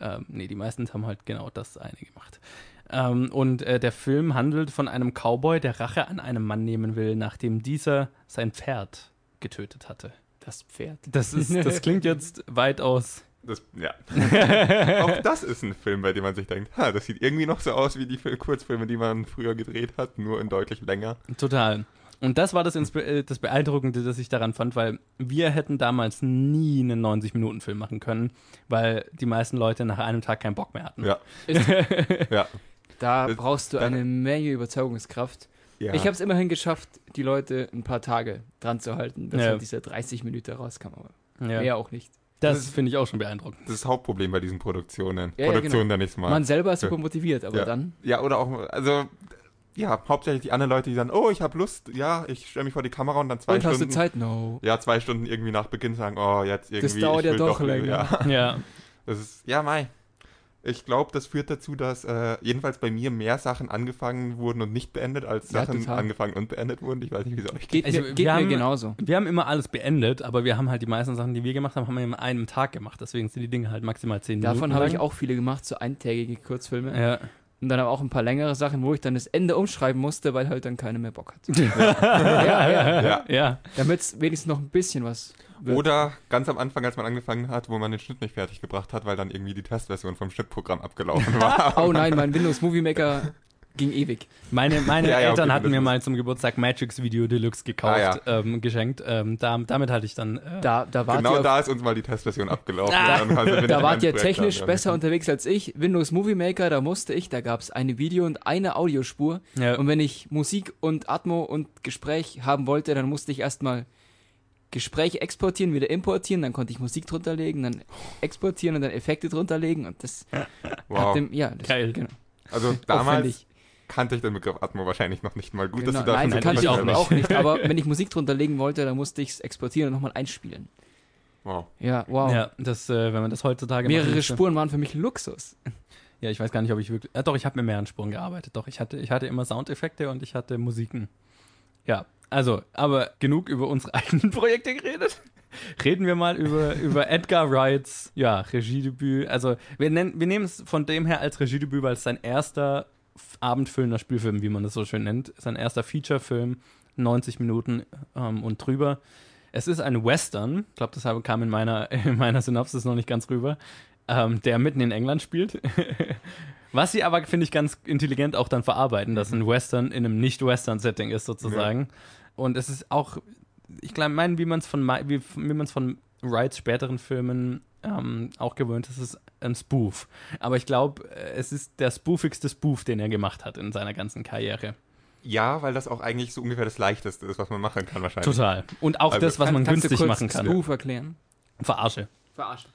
ähm, nee, die meisten haben halt genau das eine gemacht. Ähm, und äh, der Film handelt von einem Cowboy, der Rache an einem Mann nehmen will, nachdem dieser sein Pferd getötet hatte.
Das Pferd.
Das, ist, das
[LAUGHS]
klingt jetzt weitaus.
Das, ja. auch das ist ein Film, bei dem man sich denkt, ha, das sieht irgendwie noch so aus wie die Fil- Kurzfilme, die man früher gedreht hat, nur in deutlich länger.
Total. Und das war das, Inspe äh, das Beeindruckende, das ich daran fand, weil wir hätten damals nie einen 90-Minuten-Film machen können, weil die meisten Leute nach einem Tag keinen Bock mehr hatten.
Ja. ja.
Da
Das-
brauchst du
da-
eine Menge Überzeugungskraft.
ja.
Ich habe es immerhin geschafft, die Leute ein paar Tage dran zu halten, bis
Ja.
halt diese 30 Minuten rauskam. Aber
Ja.
mehr auch nicht.
Das finde ich auch schon
[LAUGHS]
beeindruckend.
das ist das Hauptproblem bei diesen Produktionen.
Ja, ja,
Produktionen, ja, ich mal.
Man selber ist super motiviert, aber
Ja.
dann.
Ja, oder auch, also, ja, hauptsächlich die anderen Leute, die sagen, oh, ich habe Lust, ja, ich stelle mich vor die Kamera und dann zwei
und
Stunden.
hast du Zeit? No.
Ja, zwei Stunden irgendwie nach Beginn sagen, oh, jetzt irgendwie.
dauert
ich
ja
will
doch länger.
Ja,
Ja.
das ist, ja, mei. Ich glaube, das führt dazu, dass äh, jedenfalls bei mir mehr Sachen angefangen wurden und nicht beendet, als
Ja,
Sachen
total.
angefangen und beendet wurden. Ich weiß nicht, wie es euch geht.
Geht,
Also,
mir,
wir
geht mir
haben-
genauso.
Wir haben immer alles beendet, aber wir haben halt die meisten Sachen, die wir gemacht haben, haben wir in einem Tag gemacht. Deswegen sind die Dinge halt maximal zehn Minuten.
Davon habe ich
lang.
auch viele gemacht, so eintägige Kurzfilme.
Ja.
Und dann aber auch ein paar längere Sachen, wo ich dann das Ende umschreiben musste, weil halt dann keiner mehr Bock hat. [LAUGHS]
[LAUGHS]
ja, ja.
Ja.
ja.
Damit es wenigstens noch ein bisschen
[LAUGHS]
was wird.
Oder ganz am Anfang, als man angefangen hat, wo man den Schnitt nicht fertig gebracht hat, weil dann irgendwie die Testversion vom Schnittprogramm abgelaufen war.
Oh nein, mein Windows Movie Maker ging ewig.
Meine, meine
[LAUGHS] Ja, ja,
Eltern
okay,
hatten
das Ah,
mir
ist-
mal zum Geburtstag Magix Video Deluxe gekauft, ähm, geschenkt. Ähm, da, damit hatte ich dann. Äh,
Da, da wart
genau
ihr,
da ist uns mal die Testversion abgelaufen. Dann, also
[LAUGHS]
bin ich
da
an
wart
meinem
ihr
Projekt
technisch
dran.
besser unterwegs als ich. Windows Movie Maker, da musste ich, da gab es eine Video- und eine Audiospur.
ja.
Und wenn ich Musik und Atmo und Gespräch haben wollte, dann musste ich erstmal Gespräch exportieren, wieder importieren, dann konnte ich Musik drunter legen, dann exportieren und dann Effekte drunter legen und das hat
Wow.
dem, ja, das
Geil.
Genau, [LAUGHS]
Also damals
aufwendig.
kannte ich den Begriff Atmo wahrscheinlich noch nicht mal gut,
genau.
dass du da
Nein, das
schon so
kann ich
viel
auch
selber-
nicht. auch
[LAUGHS]
nicht. Aber wenn ich Musik drunter legen wollte, dann musste ich es exportieren und nochmal einspielen.
Wow.
Ja, wow.
ja, das, äh, wenn man das heutzutage machen
Mehrere
müsste-
Spuren waren für mich Luxus.
Ja, ich weiß gar nicht, ob ich wirklich. Ja, doch, ich habe mit mehreren Spuren gearbeitet. Doch, ich hatte, ich hatte immer Soundeffekte und ich hatte Musiken. Ja, also, aber genug über unsere [LAUGHS] eigenen Projekte geredet. Reden wir
[LAUGHS]
mal über, über Edgar Wrights ja, Regiedebüt. Also, wir, nennen, wir nehmen es von dem her als Regiedebüt, weil es sein erster f- abendfüllender Spielfilm, wie man das so schön nennt, sein erster Featurefilm, 90 Minuten ähm, und drüber. Es ist ein Western, ich glaube, das habe- kam in meiner, [LAUGHS] in meiner Synopsis noch nicht ganz rüber, ähm, der mitten in England spielt. [LAUGHS] Was sie aber, finde ich, ganz intelligent auch dann verarbeiten, dass ein Western in einem Nicht-Western-Setting ist, sozusagen. Und es ist auch, ich glaub, meine, wie man es von, Ma- wie, wie man's von Wrights späteren Filmen ähm, auch gewöhnt ist, ist ein Spoof. Aber ich glaube, es ist der spoofigste Spoof, den er gemacht hat in seiner ganzen Karriere.
Ja, weil das auch eigentlich so ungefähr das Leichteste ist, was man machen kann wahrscheinlich.
Total. Und auch
Also,
das, was man
Kannst du
günstig
kurz
machen kann. Uh,
Spoof erklären?
Verarsche.
Verarscht.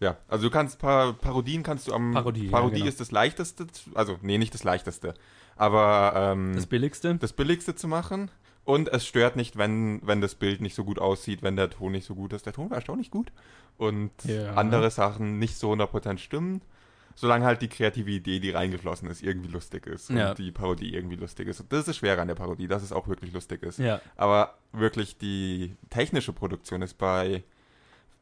Ja, also du kannst paar Parodien kannst du am
Parodie, ja, genau.
ist das leichteste, zu- also nee, nicht das leichteste, aber ähm,
Das
das,
Billigste.
billigste zu machen und es stört nicht, wenn wenn das Bild nicht so gut aussieht, wenn der Ton nicht so gut ist. Der Ton war erstaunlich gut und
Ja.
andere Sachen nicht so 100% stimmen. Solange halt die kreative Idee, die reingeflossen ist, irgendwie lustig ist und
Ja.
die Parodie irgendwie lustig ist. Und das ist schwer an der Parodie, dass es auch wirklich lustig ist.
Ja.
Aber wirklich die technische Produktion ist bei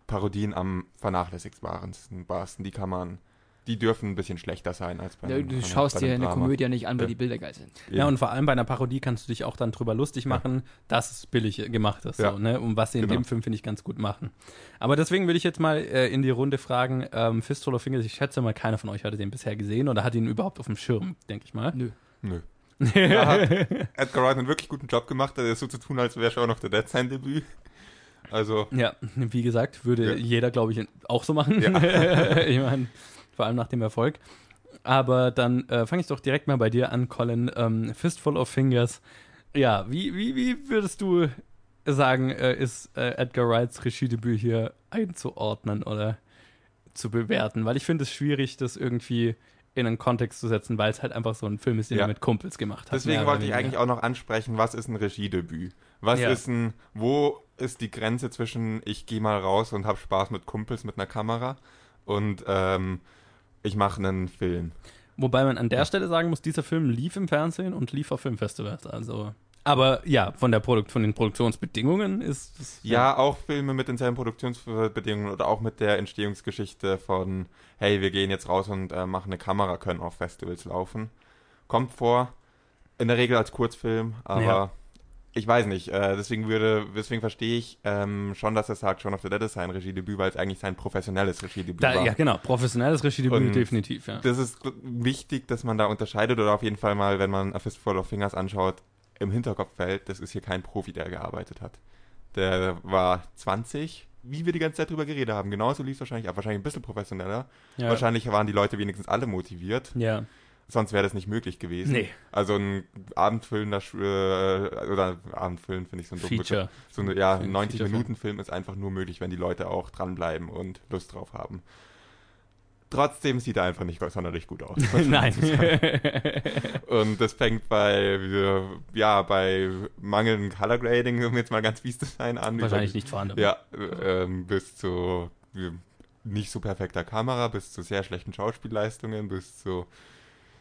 Parodien am vernachlässigbarsten. barsten. Die kann man, die dürfen ein bisschen schlechter sein als bei
Du,
einem-
du
bei
schaust
einem
dir eine
Drama.
Komödie nicht an, weil
Ja.
die Bilder geil sind.
Eben.
Ja, und vor allem bei einer Parodie kannst du dich auch dann drüber lustig machen, dass es billig gemacht ist.
Ja.
So, ne? Und was sie in
Genau.
dem Film, finde ich, ganz gut machen. Aber deswegen würde ich jetzt mal äh, in die Runde fragen, ähm, Fistful of Fingers, ich schätze mal, keiner von euch hatte den bisher gesehen oder hat ihn überhaupt auf dem Schirm, denke ich mal.
Nö. [LAUGHS]
Nö. Da hat Edgar Wright einen wirklich guten Job gemacht, das so zu tun, als wäre Shaun of the Dead sein Debüt. Also,
Ja, wie gesagt, würde
Ja.
jeder, glaube ich, auch so machen. [LAUGHS] ich meine, vor allem nach dem Erfolg. Aber dann äh, fange ich doch direkt mal bei dir an, Colin. Ähm, Fistful of Fingers. Ja, wie, wie, wie würdest du sagen, äh, ist äh, Edgar Wrights Regiedebüt hier einzuordnen oder zu bewerten? Weil ich finde es schwierig, das irgendwie in einen Kontext zu setzen, weil es halt einfach so ein Film ist, den
Ja.
er mit Kumpels gemacht hat.
deswegen
mehr
wollte
oder
ich
weniger.
eigentlich auch noch ansprechen, was ist ein Regiedebüt? Was
Ja.
ist ein, wo ist die Grenze zwischen ich gehe mal raus und habe Spaß mit Kumpels mit einer Kamera und ähm, ich mache einen Film?
Wobei man an der Stelle sagen muss, dieser Film lief im Fernsehen und lief auf Filmfestivals. Also, aber ja, von der Produkt, von den Produktionsbedingungen ist es
Ja, auch Filme mit denselben Produktionsbedingungen oder auch mit der Entstehungsgeschichte von, hey, wir gehen jetzt raus und äh, machen eine Kamera, können auf Festivals laufen. Kommt vor, in der Regel als Kurzfilm, aber
Ja.
ich weiß nicht. Äh, deswegen würde, deswegen verstehe ich ähm, schon, dass er sagt, Shaun of the Dead ist sein Regiedebüt, weil es eigentlich sein professionelles Regiedebüt
Da,
war.
ja, genau. Professionelles Regiedebüt
Und-
definitiv. Ja.
Das ist gl- wichtig, dass man da unterscheidet oder auf jeden Fall mal, wenn man A Fistful of Fingers anschaut, im Hinterkopf behält, das ist hier kein Profi, der gearbeitet hat. Der war 20, wie wir die ganze Zeit drüber geredet haben. Genauso lief es wahrscheinlich ab, wahrscheinlich ein bisschen professioneller.
Ja.
Wahrscheinlich waren die Leute wenigstens alle motiviert,
Ja.
sonst wäre das nicht möglich gewesen.
Nee.
Also ein abendfüllender, Sch- äh, oder abendfüllen finde ich so ein dummes [LAUGHS]
Feature.
so eine, ja,
Für
ein
einen
90-Minuten-Film ist einfach nur möglich, wenn die Leute auch dranbleiben und Lust drauf haben. Trotzdem sieht er einfach nicht sonderlich
[LAUGHS]
gut aus.
Nein. [LAUGHS]
Und das fängt bei, äh, ja, bei mangelndem Color Grading, um jetzt mal ganz fies zu sein, [LAUGHS] an.
Wahrscheinlich nicht vorhanden.
Ja, äh, ähm, bis zu äh, nicht so perfekter Kamera, bis zu sehr schlechten Schauspielleistungen, bis zu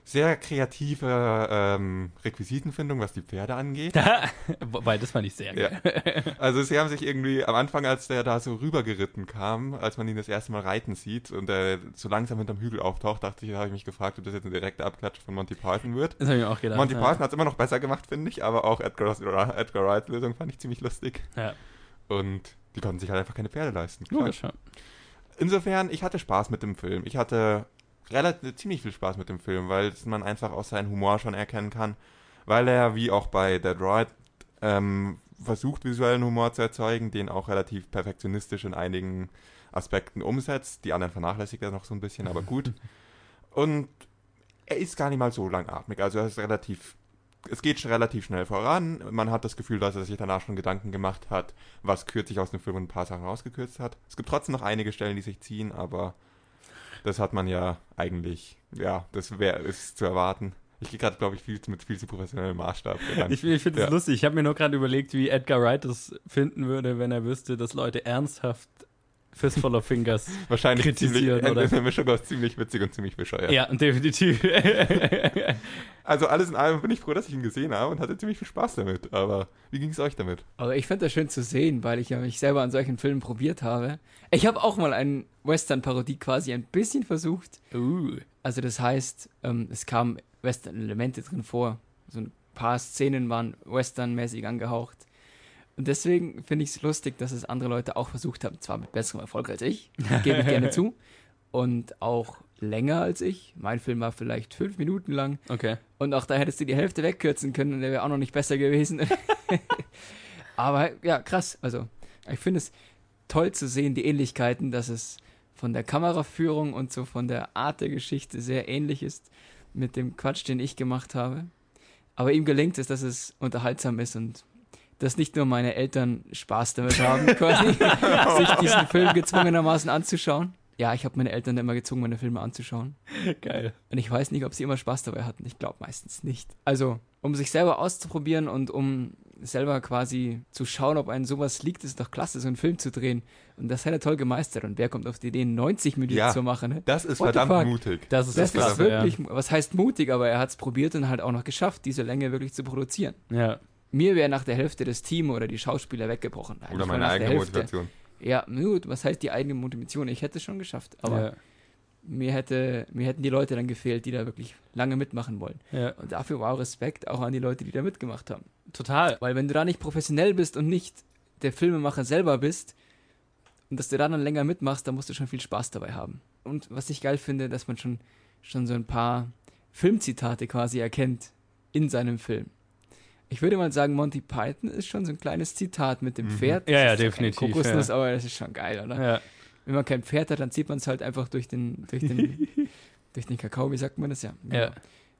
sehr kreativer ähm, Requisitenfindung, was die Pferde angeht.
[LAUGHS] Wobei, das fand ich sehr geil.
Ja.
[LAUGHS]
Also sie haben sich irgendwie am Anfang, als der da so rübergeritten kam, als man ihn das erste Mal reiten sieht und er so langsam hinterm Hügel auftaucht, dachte ich, da habe ich mich gefragt, ob das jetzt ein direkter Abklatsch von Monty Python wird.
Das habe ich mir auch gedacht.
Monty
ja.
Python hat es immer noch besser gemacht, finde ich, aber auch Edgar, Edgar Wrights Lösung fand ich ziemlich lustig.
Ja.
Und die konnten sich halt einfach keine Pferde leisten. Klar.
Logisch, ja.
Insofern, ich hatte Spaß mit dem Film. Ich hatte relativ ziemlich viel Spaß mit dem Film, weil man einfach auch seinen Humor schon erkennen kann, weil er wie auch bei Dead Right ähm, versucht visuellen Humor zu erzeugen, den auch relativ perfektionistisch in einigen Aspekten umsetzt. Die anderen vernachlässigt er noch so ein bisschen, aber gut. Und er ist gar nicht mal so langatmig, also er ist relativ es geht schon relativ schnell voran. Man hat das Gefühl, dass er sich danach schon Gedanken gemacht hat, was kürzlich aus dem Film und ein paar Sachen rausgekürzt hat. Es gibt trotzdem noch einige Stellen, die sich ziehen, aber das hat man ja eigentlich, ja, das wäre ist zu erwarten. Ich gehe gerade, glaube ich, viel, zu- mit viel zu professionellem Maßstab. ran.
Ich, ich finde es
Ja.
lustig. Ich habe mir nur gerade überlegt, wie Edgar Wright das finden würde, wenn er wüsste, dass Leute ernsthaft Fistful of Fingers.
Wahrscheinlich [LAUGHS]
kritisieren,
ziemlich,
oder?
eine Mischung aus ziemlich witzig und ziemlich
[LAUGHS]
bescheuert.
ja, definitiv.
Also alles in allem bin ich froh, dass ich ihn gesehen habe und hatte ziemlich viel Spaß damit. Aber wie ging es euch damit?
Aber ich finde das schön zu sehen, weil ich ja mich selber an solchen Filmen probiert habe. Ich habe auch mal einen Western-Parodie quasi ein bisschen versucht.
uh,
Also das heißt, ähm, es kamen Western-Elemente drin vor. So ein paar Szenen waren Western-mäßig angehaucht. Und deswegen finde ich es lustig, dass es andere Leute auch versucht haben. Zwar mit besserem Erfolg als ich, gebe ich gerne zu. Und auch länger als ich. Mein Film war vielleicht fünf Minuten lang.
okay.
Und auch da hättest du die Hälfte wegkürzen können und der wäre auch noch nicht besser gewesen. [LAUGHS] Aber ja, krass. Also, ich finde es toll zu sehen, die Ähnlichkeiten, dass es von der Kameraführung und so von der Art der Geschichte sehr ähnlich ist mit dem Quatsch, den ich gemacht habe. Aber ihm gelingt es, dass es unterhaltsam ist und dass nicht nur meine Eltern Spaß damit haben, quasi, sich diesen Film gezwungenermaßen anzuschauen. Ja, ich habe meine Eltern immer gezwungen, meine Filme anzuschauen.
Geil.
Und ich weiß nicht, ob sie immer Spaß dabei hatten. Ich glaube meistens nicht. Also, um sich selber auszuprobieren und um selber quasi zu schauen, ob einem sowas liegt, ist doch klasse, so einen Film zu drehen. Und das hat er toll gemeistert. Und wer kommt auf die Idee, 90 Minuten
Ja.
zu machen? Ne?
Das ist
What the fuck?
verdammt mutig.
Das ist das,
Das,
Klasse,
ist wirklich, was heißt mutig, aber er hat es probiert und halt auch noch geschafft, diese Länge wirklich zu produzieren.
Ja.
Mir wäre nach der Hälfte das Team oder die Schauspieler weggebrochen. Nein,
Oder
nicht mal
meine
nach der
eigene
Hälfte.
Motivation.
Ja, gut, was heißt die eigene Motivation? Ich hätte es schon geschafft, aber
ja.
mir, hätte, mir hätten die Leute dann gefehlt, die da wirklich lange mitmachen wollen.
ja.
[LAUGHS] Und dafür war Respekt auch an die Leute, die da mitgemacht haben.
Total.
Weil wenn du da nicht professionell bist und nicht der Filmemacher selber bist und dass du da dann länger mitmachst, dann musst du schon viel Spaß dabei haben. Und was ich geil finde, dass man schon, schon so ein paar Filmzitate quasi erkennt in seinem Film. Ich würde mal sagen, Monty Python ist schon so ein kleines Zitat mit dem
Mhm.
Pferd.
Ja, ja,
Das ist zwar keine
definitiv,
Kokosnuss,
ja.
aber das ist schon geil, oder?
Ja.
Wenn man kein Pferd hat, dann zieht man es halt einfach durch den, durch
[LAUGHS]
den, durch den Kakao, wie sagt man das ja? genau.
ja.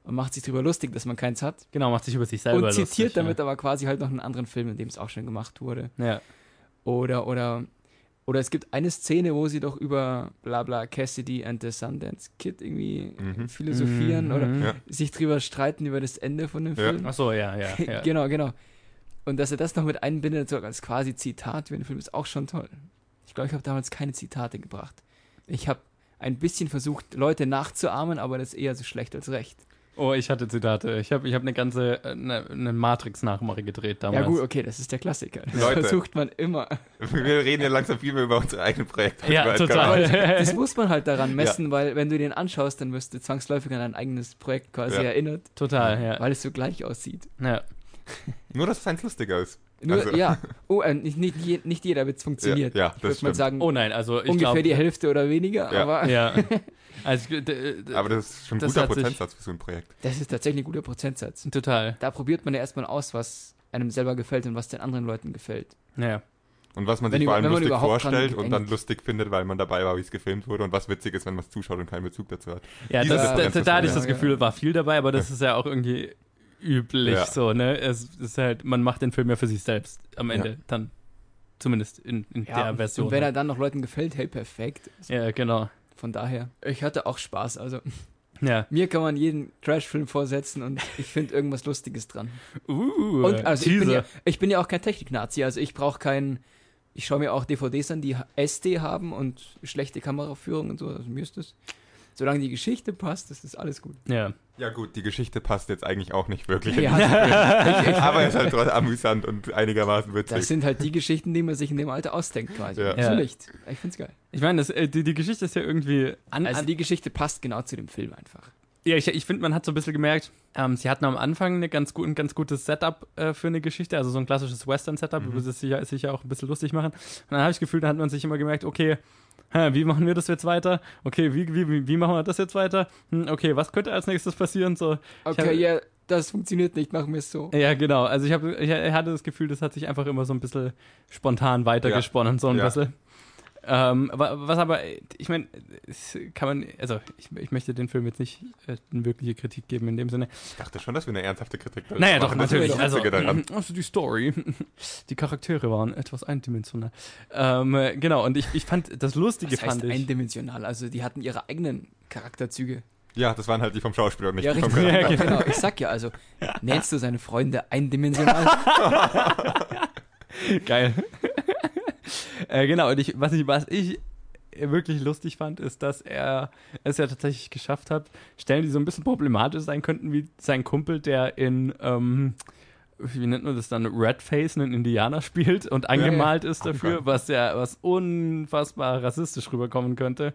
Und macht sich drüber lustig, dass man keins hat
Genau, macht sich über sich selber
und zitiert
lustig,
damit aber quasi halt noch einen anderen Film, in dem es auch schon gemacht wurde.
Ja. ja.
Oder, oder, oder es gibt eine Szene, wo sie doch über Blabla Cassidy and the Sundance Kid irgendwie
Mhm.
philosophieren oder
Mhm.
Ja.
sich drüber streiten über das Ende von dem
Ja.
Film.
Ach so, ja, ja. [LAUGHS]
[LAUGHS]
ja.
genau, genau. Und dass er das noch mit einbindet, so als quasi Zitat für den Film, ist auch schon toll. Ich glaube, ich habe damals keine Zitate gebracht. Ich habe ein bisschen versucht, Leute nachzuahmen, aber das ist eher so schlecht als recht.
Oh, ich hatte Zitate. Ich habe ich hab eine ganze äh, eine, eine Matrix-Nachmache gedreht damals.
Ja gut, okay, das ist der Klassiker. Das [LAUGHS]
Leute.
versucht man immer.
[LAUGHS] Wir reden ja langsam viel mehr über unsere eigenen Projekte.
[LAUGHS] Ja,
Weil-
total.
[LAUGHS]
Das muss man halt daran messen, weil wenn du den anschaust, dann wirst du zwangsläufig an dein eigenes Projekt quasi
Ja.
erinnert,
[LAUGHS] total, ja.
weil es so gleich aussieht.
ja.
Nur, dass es eins lustiger ist.
Nur,
Also-
ja, oh, äh, nicht, nicht, je- nicht jeder wird es funktioniert.
Ja, ja,
ich würde
das
mal
stimmt.
sagen,
Oh nein, also ich
ungefähr
glaube.
die Hälfte oder weniger,
Ja.
aber
Ja. Also, ich- d- d-
Aber das ist schon ein
Das
guter
hat sich-
Prozentsatz für so ein Projekt.
Das ist tatsächlich ein guter Prozentsatz.
total.
Da probiert man ja erstmal aus, was einem selber gefällt und was den anderen Leuten gefällt.
Ja.
Und was man
Wenn
sich
über-
vor allem
wenn man
lustig
überhaupt dran
vorstellt und dann
denkt.
lustig findet, weil man dabei war, wie es gefilmt wurde und was witzig ist, wenn man es zuschaut und keinen Bezug dazu hat.
Ja,
Diese
das,
Differenz
da,
muss
da
man
hatte ich
ja-
das Gefühl, war viel dabei, aber das ist ja auch irgendwie üblich
Ja.
so, ne? Es ist halt, man macht den Film ja für sich selbst am
Ja.
Ende dann. Zumindest in, in der
und-
Version. ne?
Und wenn er dann noch Leuten gefällt, hey, perfekt.
ja, genau.
Von daher, ich hatte auch Spaß. Also,
Ja.
mir kann man jeden Trash-Film vorsetzen und ich finde irgendwas Lustiges dran.
Uh,
Und also ich bin,
Teaser.
ja, ich bin ja auch kein Technik-Nazi, also ich brauche keinen. Ich schaue mir auch DVDs an, die SD haben und schlechte Kameraführung und so. Also mir ist das. Solange die Geschichte passt, ist das alles gut.
ja.
Ja gut, die Geschichte passt jetzt eigentlich auch nicht
[LAUGHS]
wirklich.
Ja, [LAUGHS] ich, ich,
Aber es ist halt trotzdem amüsant und einigermaßen witzig.
das sind halt die Geschichten, die man sich in dem Alter ausdenkt quasi.
Ja.
Ja.
Ja.
Natürlich. Ich find's geil.
Ich meine, das, äh, die, die Geschichte ist ja irgendwie an,
Also
an,
die Geschichte passt genau zu dem Film einfach.
Ja, ich, ich finde, man hat so ein bisschen gemerkt, ähm, sie hatten am Anfang eine ganz gut, ein ganz gutes Setup äh, für eine Geschichte, also so ein klassisches Western-Setup,
Mhm.
über das sie ja- sich ja auch ein bisschen lustig machen. Und dann habe ich gefühlt, da hat man sich immer gemerkt, okay, hä, wie machen wir das jetzt weiter? Okay, wie, wie, wie- wie machen wir das jetzt weiter? Hm, okay, was könnte als nächstes passieren? So,
Okay,
hab-
ja, das funktioniert nicht, machen wir es so.
ja, genau. Also ich, hab, ich hatte das Gefühl, das hat sich einfach immer so ein bisschen spontan weitergesponnen, so ein
Ja.
bisschen. Ähm, wa- was aber, äh, ich meine, es kann man, also ich, ich möchte den Film jetzt nicht äh, eine wirkliche Kritik geben in dem Sinne.
Ich dachte schon, dass wir eine ernsthafte Kritik dazu
Naja, doch,
machen. Das
natürlich.
ist das
Also,
Witzige daran.
[LAUGHS] also die Story. Die Charaktere waren etwas eindimensional. Ähm, äh, genau, und ich, ich fand das Lustige
Das heißt
fand ich.
eindimensional. Also die hatten ihre eigenen Charakterzüge.
Ja, das waren halt die vom Schauspieler und nicht
Ja,
die vom
richtig.
Charakter.
Ja, genau.
Genau, ich sag ja
[LAUGHS]
also, nennst du seine Freunde eindimensional?
[LAUGHS] Geil. äh, genau, und ich, was ich, was ich wirklich lustig fand, ist, dass er es ja tatsächlich geschafft hat, Stellen, die so ein bisschen problematisch sein könnten, wie sein Kumpel, der in, ähm, wie nennt man das dann, Redface, einen Indianer spielt und angemalt ist dafür,
Angemalt.
was ja, was unfassbar rassistisch rüberkommen könnte.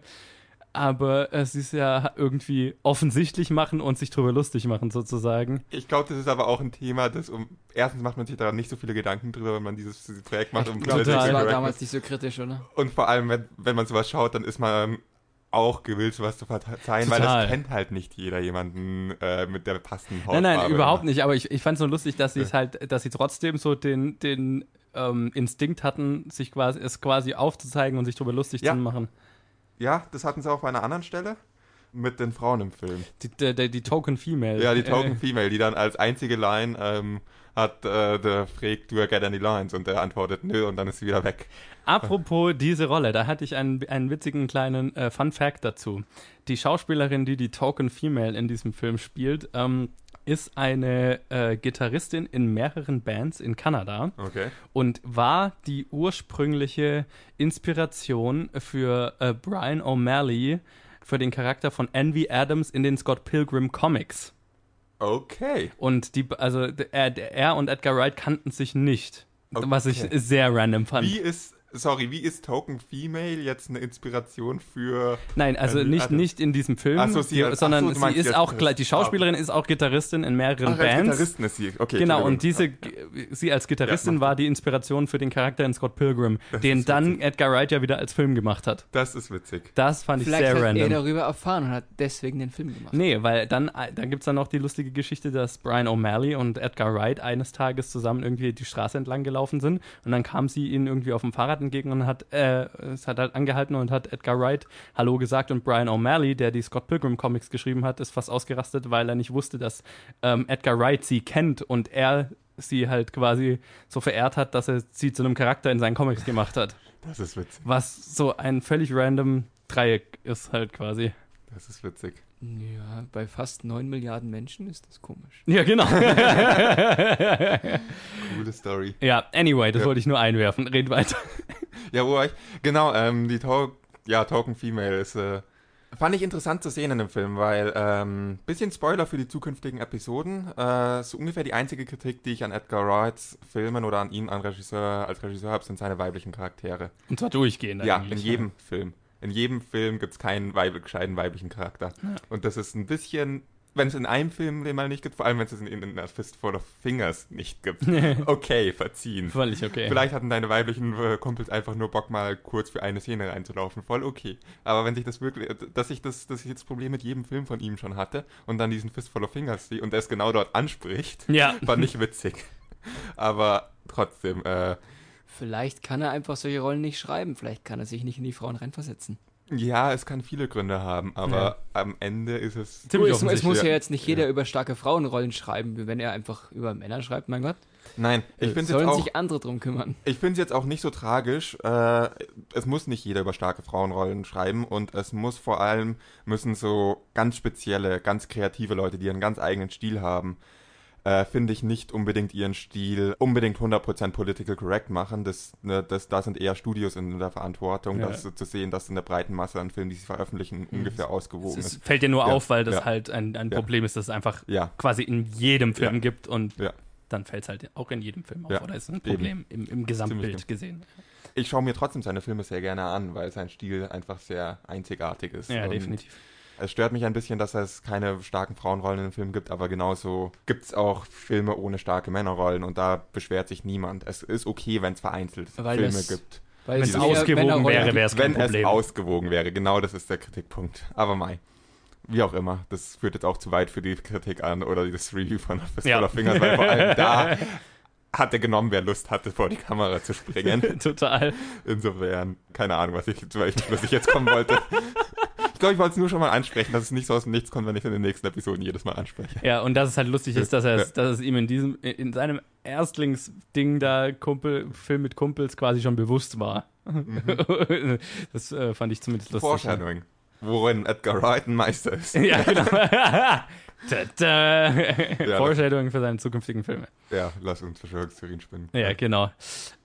Aber äh, sie es ja irgendwie offensichtlich machen und sich drüber lustig machen, sozusagen.
Ich glaube, das ist aber auch ein Thema, das um. Erstens macht man sich daran nicht so viele Gedanken drüber, wenn man dieses, dieses Projekt macht. um
glaub,
das
Total.
war damals nicht so kritisch, oder?
Und vor allem, wenn, wenn man sowas schaut, dann ist man auch gewillt, sowas zu verzeihen, weil
Total.
das kennt halt nicht jeder jemanden äh, mit der passenden Hautfarbe.
Nein, nein, überhaupt nicht. Aber ich, ich fand es nur lustig, dass sie es halt, dass sie trotzdem so den, den ähm, Instinkt hatten, sich quasi, es quasi aufzuzeigen und sich darüber lustig
Ja.
zu machen.
Ja, das hatten sie auch bei einer anderen Stelle mit den Frauen im Film.
Die, die, die, die Token Female. Äh,
Ja, die Token Female, die dann als einzige Line ähm, hat, äh, der fragt, do I get any lines? Und der antwortet, nö, und dann ist sie wieder weg.
Apropos diese Rolle, da hatte ich einen, einen witzigen kleinen äh, Fun Fact dazu. Die Schauspielerin, die die Token Female in diesem Film spielt, ähm, ist eine äh, Gitarristin in mehreren Bands in Kanada.
Okay.
und war die ursprüngliche Inspiration für äh, Brian O'Malley für den Charakter von Envy Adams in den Scott Pilgrim Comics.
Okay.
Und die, also d- er, er und Edgar Wright kannten sich nicht. Was ich
Okay.
sehr random fand.
Wie ist, sorry, wie ist Token Female jetzt eine Inspiration für.
Nein, also
Envy
nicht,
Adams.
nicht in diesem Film,
Ach so, sie-
die-
ach so,
sondern
du meinst
sie ist
jetzt
auch, gla-
Gitarrist.
die Schauspielerin ist auch Gitarristin in mehreren
Ach, als
Bands.
Gitarristen ist sie. Okay.
Genau,
Entschuldigung.
und diese, sie als Gitarristin
macht
war die Inspiration für den Charakter in Scott Pilgrim,
Das
den
ist
dann Edgar Wright ja wieder als Film gemacht hat.
Das ist witzig.
Das fand ich
Vielleicht
sehr
hat er
random.
darüber erfahren und hat deswegen den Film gemacht.
Nee, weil dann, äh, dann gibt es dann noch die lustige Geschichte, dass Brian O'Malley und Edgar Wright eines Tages zusammen irgendwie die Straße entlang gelaufen sind und dann kam sie ihnen irgendwie auf dem Fahrrad entgegen und hat, äh, es hat halt angehalten und hat Edgar Wright Hallo gesagt und Brian O'Malley, der die Scott Pilgrim Comics geschrieben hat, ist fast ausgerastet, weil er nicht wusste, dass ähm, Edgar Wright sie kennt und er sie halt quasi so verehrt hat, dass er sie zu einem Charakter in seinen Comics gemacht hat.
Das ist witzig.
Was so ein völlig random Dreieck ist halt quasi.
Das ist witzig.
Ja, bei fast 9 Milliarden Menschen ist das komisch.
Ja,
[LAUGHS]
genau. [LAUGHS]
Coole Story.
ja, anyway, das
Ja.
wollte ich nur einwerfen. Red weiter.
Ja, wo war ich? Genau, ähm, die Talk, ja, Token Female ist, äh, fand ich interessant zu sehen in dem Film, weil, ähm, bisschen Spoiler für die zukünftigen Episoden, äh, so ungefähr die einzige Kritik, die ich an Edgar Wrights Filmen oder an ihm an Regisseur, als Regisseur habe, sind seine weiblichen Charaktere.
Und zwar durchgehend
Ja, in
eigentlich. ne?
jedem Film. In jedem Film gibt es keinen weib gescheiten weiblichen Charakter. Und das ist ein bisschen wenn es in einem Film den mal nicht gibt, vor allem wenn es in, in, in A Fistful of Fingers nicht gibt. [LAUGHS] Okay, verziehen.
Völlig okay.
Vielleicht hatten deine weiblichen äh, Kumpels einfach nur Bock, mal kurz für eine Szene reinzulaufen. Voll okay. Aber wenn sich das wirklich, dass ich das, dass ich jetzt Problem mit jedem Film von ihm schon hatte und dann diesen Fistful of Fingers sehe und er es genau
[LAUGHS]
dort anspricht,
Ja.
war nicht witzig. Aber trotzdem, äh,
Vielleicht kann er einfach solche Rollen nicht schreiben. Vielleicht kann er sich nicht in die Frauen reinversetzen.
ja, es kann viele Gründe haben, aber am Ende ist es.
Ziemlich
es, es muss
offensichtlich,
ja
ja.
jetzt nicht jeder über starke Frauenrollen schreiben, wenn er einfach über Männer schreibt, mein Gott.
Nein, ich finde es jetzt
Äh, Sollen
auch.
sich andere drum kümmern.
Ich finde es jetzt auch nicht so tragisch. Äh, es muss nicht jeder über starke Frauenrollen schreiben und es muss vor allem, müssen so ganz spezielle, ganz kreative Leute, die ihren ganz eigenen Stil haben, äh, finde ich nicht unbedingt ihren Stil unbedingt 100% political correct machen. Das, ne, das, da sind eher Studios in der Verantwortung,
Ja. Mhm.
das so zu sehen, dass in der breiten Masse an Filmen, die sie veröffentlichen, ungefähr ausgewogen
Es
ist.
ist- fällt dir nur
Oh, Ja,
auf, weil das
ja.
halt ein, ein
Ja.
Problem ist, das es einfach
Ja,
quasi in jedem Film
Ja.
gibt und
Ja.
dann fällt es halt auch in jedem Film auf.
Ja.
Oder ist ein
Eben.
Problem im, im Gesamtbild
genau.
gesehen.
ich schaue mir trotzdem seine Filme sehr gerne an, weil sein Stil einfach sehr einzigartig ist.
Ja,
Und
definitiv.
Es stört mich ein bisschen, dass es keine starken Frauenrollen in dem Film gibt, aber genauso gibt es auch Filme ohne starke Männerrollen und da beschwert sich niemand. Es ist okay, wenn es vereinzelt
Weil
Filme
es-
gibt.
Weil
Wenn es
Diese-
eher
ausgewogen
Männerrollen
wäre,
gibt.
wäre es kein
Wenn es
Problem.
ausgewogen wäre, genau das ist der Kritikpunkt. Aber mei. Wie auch immer, das führt jetzt auch zu weit für die Kritik an oder das Review von Fistful
Ja.
of Fingers, weil vor
[LAUGHS]
allem da hatte genommen, wer Lust hatte, vor die Kamera
[LAUGHS]
zu springen.
Total.
Insofern, keine Ahnung, was ich, zu welchem Schluss ich jetzt kommen wollte. Ich glaube, ich wollte es nur schon mal ansprechen, dass es nicht so aus dem Nichts kommt, wenn ich es in den nächsten Episoden jedes Mal anspreche.
Ja, und dass es halt lustig ist, dass, er,
Ja.
dass es ihm in diesem, in seinem Erstlingsding da Kumpel, Film mit Kumpels quasi schon bewusst war.
Mhm.
[LAUGHS] Das äh, fand ich zumindest lustig.
Foreshadowing. Worin Edgar Wright ein Meister ist.
Ja, genau. [LAUGHS] Tada. Foreshadowing für seine zukünftigen Filme.
Ja, lass uns Verschwörungstheorien spinnen.
Ja, genau.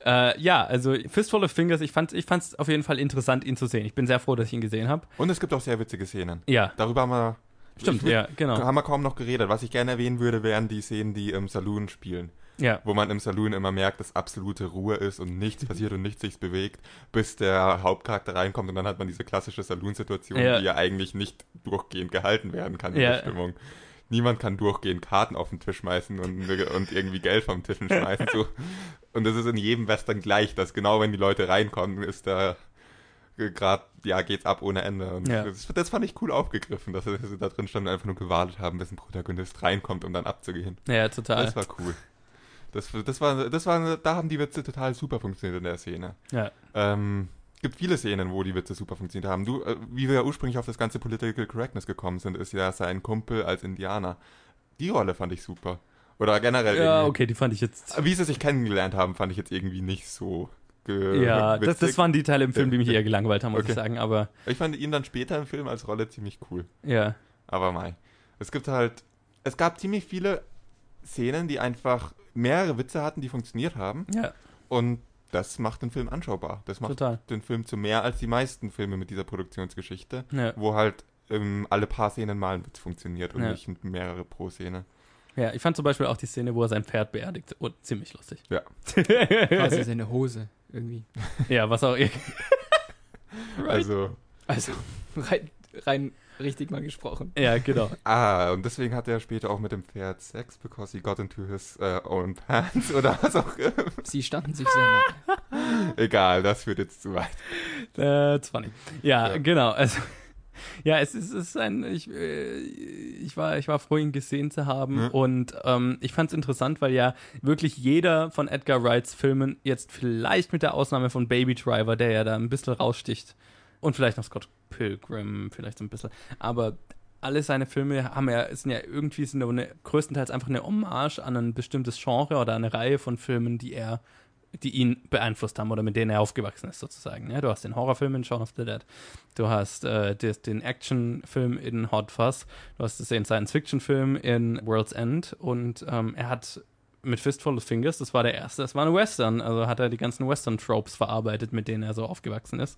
Äh, ja, also Fistful of Fingers, ich fand es auf jeden Fall interessant, ihn zu sehen. Ich bin sehr froh, dass ich ihn gesehen habe.
Und es gibt auch sehr witzige Szenen.
Ja,
Darüber haben wir,
stimmt,
Ich-
ja, genau.
haben wir kaum noch geredet. Was ich gerne erwähnen würde, wären die Szenen, die im Saloon spielen.
Ja.
wo man im Saloon immer merkt, dass absolute Ruhe ist und nichts passiert und nichts sich bewegt, bis der Hauptcharakter reinkommt und dann hat man diese klassische Saloon-Situation,
Ja.
die ja eigentlich nicht durchgehend gehalten werden kann in
Ja.
der Stimmung. Niemand kann durchgehend Karten auf den Tisch schmeißen und, und irgendwie Geld vom Tisch schmeißen.
[LAUGHS]
So. Und das ist in jedem Western gleich, dass genau wenn die Leute reinkommen, ist da gerade, ja, geht's ab ohne Ende. Und
Ja.
das, das fand ich cool aufgegriffen, dass sie da drin standen und einfach nur gewartet haben, bis ein Protagonist reinkommt, um dann abzugehen.
Ja, total.
Das war cool. Das, das war, das war, da haben die Witze total super funktioniert in der Szene.
Ja.
Ähm, gibt viele Szenen, wo die Witze super funktioniert haben. Du, äh, wie wir ja ursprünglich auf das ganze Political Correctness gekommen sind, ist ja sein Kumpel als Indianer. Die Rolle fand ich super. Oder generell
Ja,
irgendwie.
okay, die fand ich jetzt.
Wie sie sich kennengelernt haben, fand ich jetzt irgendwie nicht so ge-
Ja, das, das
Äh, witzig.
waren die Teile im Film, die mich eher gelangweilt haben, muss
Okay.
ich sagen, aber
Ich fand ihn dann später im Film als Rolle ziemlich cool.
ja.
Aber mei. Es gibt halt. Es gab ziemlich viele Szenen, die einfach mehrere Witze hatten, die funktioniert haben.
Ja,
Und das macht den Film anschaubar. Das macht
total.
den Film zu mehr als die meisten Filme mit dieser Produktionsgeschichte,
Ja.
wo halt ähm, alle paar Szenen mal ein Witz funktioniert und
Ja.
nicht mehrere pro Szene.
ja, ich fand zum Beispiel auch die Szene, wo er sein Pferd beerdigt. Oh, ziemlich lustig.
Ja.
Quasi seine Hose irgendwie.
[LAUGHS] ja, was auch.
Also,
Also [LAUGHS] rein, rein richtig mal gesprochen.
Ja, genau.
ah, und deswegen hat er später auch mit dem Pferd Sex, because he got into his äh, own pants [LAUGHS] oder was auch immer.
Sie standen sich sehr nah.
Egal, das führt jetzt zu weit.
That's Äh, funny. Ja,
Ja.
genau. Also, [LAUGHS] ja, es ist, es ist ein, ich, äh, ich, war, ich war froh, ihn gesehen zu haben.
Mhm.
Und ähm, ich fand es interessant, weil ja wirklich jeder von Edgar Wrights Filmen, jetzt vielleicht mit der Ausnahme von Baby Driver, der ja da ein bisschen raussticht, und vielleicht noch Scott Pilgrim, vielleicht so ein bisschen, aber alle seine Filme haben ja, sind ja irgendwie sind ja eine, größtenteils einfach eine Hommage an ein bestimmtes Genre oder eine Reihe von Filmen, die er die ihn beeinflusst haben oder mit denen er aufgewachsen ist, sozusagen. Ja, du hast den Horrorfilm in Shaun of the Dead, du hast äh, des, den Actionfilm in Hot Fuzz, du hast den Science-Fiction-Film in World's End und ähm, er hat mit Fistful of Fingers, das war der erste, das war ein Western, also hat er die ganzen Western-Tropes verarbeitet, mit denen er so aufgewachsen ist.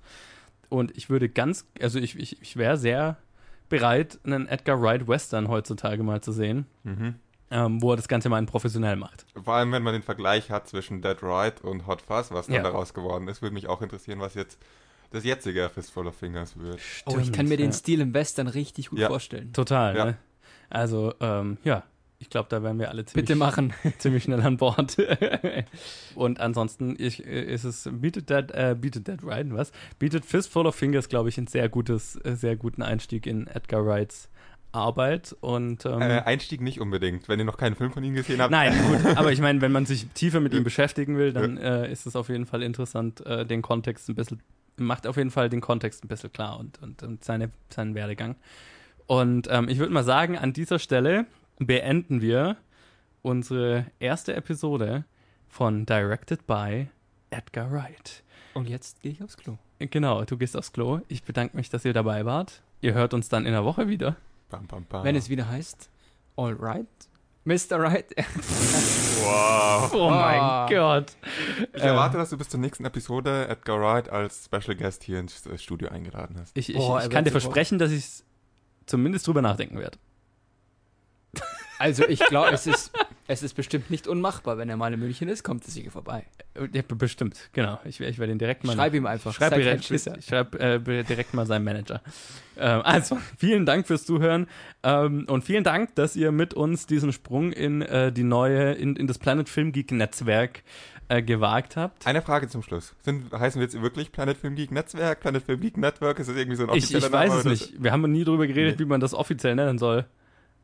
Und ich würde ganz, also ich, ich, ich wäre sehr bereit, einen Edgar Wright Western heutzutage mal zu sehen,
Mhm.
ähm, wo er das Ganze mal professionell macht.
Vor allem, wenn man den Vergleich hat zwischen Dead Right und Hot Fuzz, was dann
Ja.
daraus geworden ist, würde mich auch interessieren, was jetzt das jetzige Fistful of Fingers wird.
Oh, ich kann mir den
Ja.
Stil im Western richtig gut
Ja.
vorstellen.
Total,
Ja.
ne? Also, ähm, ja, ich glaube, da wären wir alle ziemlich,
Bitte machen.
[LAUGHS] ziemlich schnell an Bord. [LAUGHS] Und ansonsten ich, äh, ist es, bietet Dead, äh, bietet Dead Ryan, was? Bietet Fistful of Fingers, glaube ich, einen sehr gutes, äh, sehr guten Einstieg in Edgar Wrights Arbeit. Und ähm,
Äh, Einstieg nicht unbedingt. Wenn ihr noch keinen Film von ihm gesehen habt,
Nein, gut, aber ich meine, wenn man sich tiefer mit ihm beschäftigen will, dann äh, ist es auf jeden Fall interessant, äh, den Kontext ein bisschen, macht auf jeden Fall den Kontext ein bisschen klar und, und, und seine, seinen Werdegang. Und ähm, ich würde mal sagen, an dieser Stelle beenden wir unsere erste Episode von Directed by Edgar Wright.
Und jetzt gehe ich aufs Klo.
Genau, du gehst aufs Klo. Ich bedanke mich, dass ihr dabei wart. Ihr hört uns dann in der Woche wieder.
Bam, bam, bam.
Wenn es wieder heißt, all right, Mr. Right.
wow.
Oh
Ah.
mein Gott.
Ich
äh,
erwarte, dass du bis zur nächsten Episode Edgar Wright als Special Guest hier ins äh, Studio eingeladen hast.
Ich, ich,
Boah, er
ich
wird
kann dir
super.
versprechen, dass ich zumindest drüber nachdenken werde.
[LAUGHS] Also ich glaube, es ist, es ist bestimmt nicht unmachbar. Wenn er mal in München ist, kommt er sicher vorbei.
Ja, b- bestimmt, genau. Ich, werd- ich werde ihn direkt mal.
Schreib ihm einfach.
ich schreib
sei kein
direkt,
Schisser.
ich schreib, äh, b- direkt mal seinem Manager. Ähm, also, [LAUGHS] vielen Dank fürs Zuhören ähm, und vielen Dank, dass ihr mit uns diesen Sprung in äh, die neue, in, in das Planet Film Geek Netzwerk äh, gewagt habt.
Eine Frage zum Schluss. Sind, heißen wir jetzt wirklich Planet Film Geek Netzwerk, Planet Film Geek Network? Ist das irgendwie so ein
Ich,
offizieller
ich weiß
Name
es
oder
nicht. Wir haben nie darüber geredet, wie
Nee.
man das offiziell nennen soll.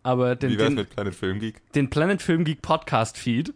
Aber
So?
den,
Wie wär's
den,
mit Planet Film Geek?
den Planet Film Geek Podcast Feed,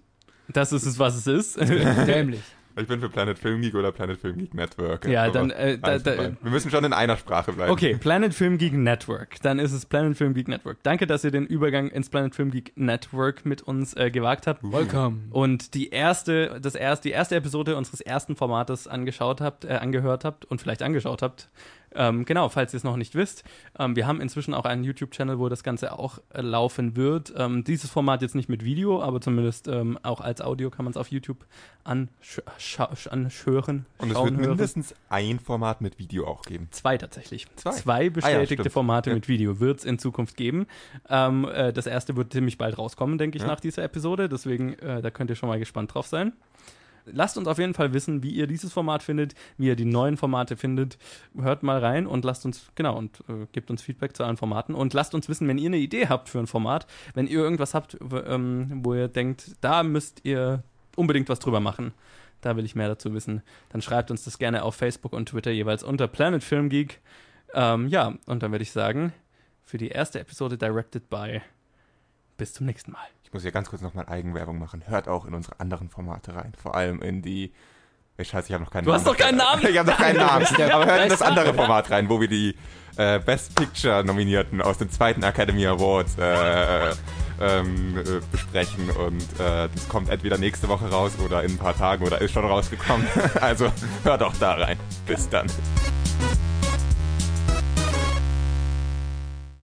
das ist es, was es [LAUGHS] ist.
Dämlich.
Ich bin für Planet Film Geek oder Planet Film Geek Network.
Ja,
Aber
dann, äh, da-
eins von
da-
beiden. wir müssen schon in einer Sprache bleiben.
Okay, Planet Film Geek Network. Dann ist es Planet Film Geek Network. Danke, dass ihr den Übergang ins Planet Film Geek Network mit uns äh, gewagt habt.
Welcome.
Und die erste, das erst, die erste Episode unseres ersten Formates angeschaut habt, äh, angehört habt und vielleicht angeschaut habt. Ähm, genau, falls ihr es noch nicht wisst. Ähm, wir haben inzwischen auch einen YouTube-Channel, wo das Ganze auch äh, laufen wird. Ähm, dieses Format jetzt nicht mit Video, aber zumindest ähm, auch als Audio kann man es auf YouTube ansch scha- anschören.
Und es
schauen,
wird
hören.
mindestens ein Format mit Video auch geben.
Zwei tatsächlich.
Zwei.
Zwei, bestätigte
stimmt.
Formate
Ja.
mit Video wird es in Zukunft geben. Ähm, äh, das erste wird ziemlich bald rauskommen, denke ich,
Ja.
nach dieser Episode. Deswegen, äh, da könnt ihr schon mal gespannt drauf sein. Lasst uns auf jeden Fall wissen, wie ihr dieses Format findet, wie ihr die neuen Formate findet. Hört mal rein und lasst uns, genau, und äh, gebt uns Feedback zu allen Formaten und lasst uns wissen, wenn ihr eine Idee habt für ein Format, wenn ihr irgendwas habt, w- ähm, wo ihr denkt, da müsst ihr unbedingt was drüber machen. Da will ich mehr dazu wissen. Dann schreibt uns das gerne auf Facebook und Twitter jeweils unter Planet Film Geek. Ähm, ja, und dann würde ich sagen, für die erste Episode Directed by. Bis zum nächsten Mal.
Ich muss hier ganz kurz nochmal Eigenwerbung machen. Hört auch in unsere anderen Formate rein. Vor allem in die. Ey, Scheiße, ich habe noch keinen
Du
Namen.
hast noch keinen Namen?
Ich habe
[LAUGHS]
noch keinen Namen.
der
Aber hört in das
Beste.
andere Format rein, wo wir die äh, Best Picture Nominierten aus dem zweiten Academy Awards äh, ähm, äh, besprechen. Und äh, das kommt entweder nächste [LAUGHS] Woche raus oder in ein paar Tagen oder ist schon rausgekommen. Also hört auch da rein. Bis dann.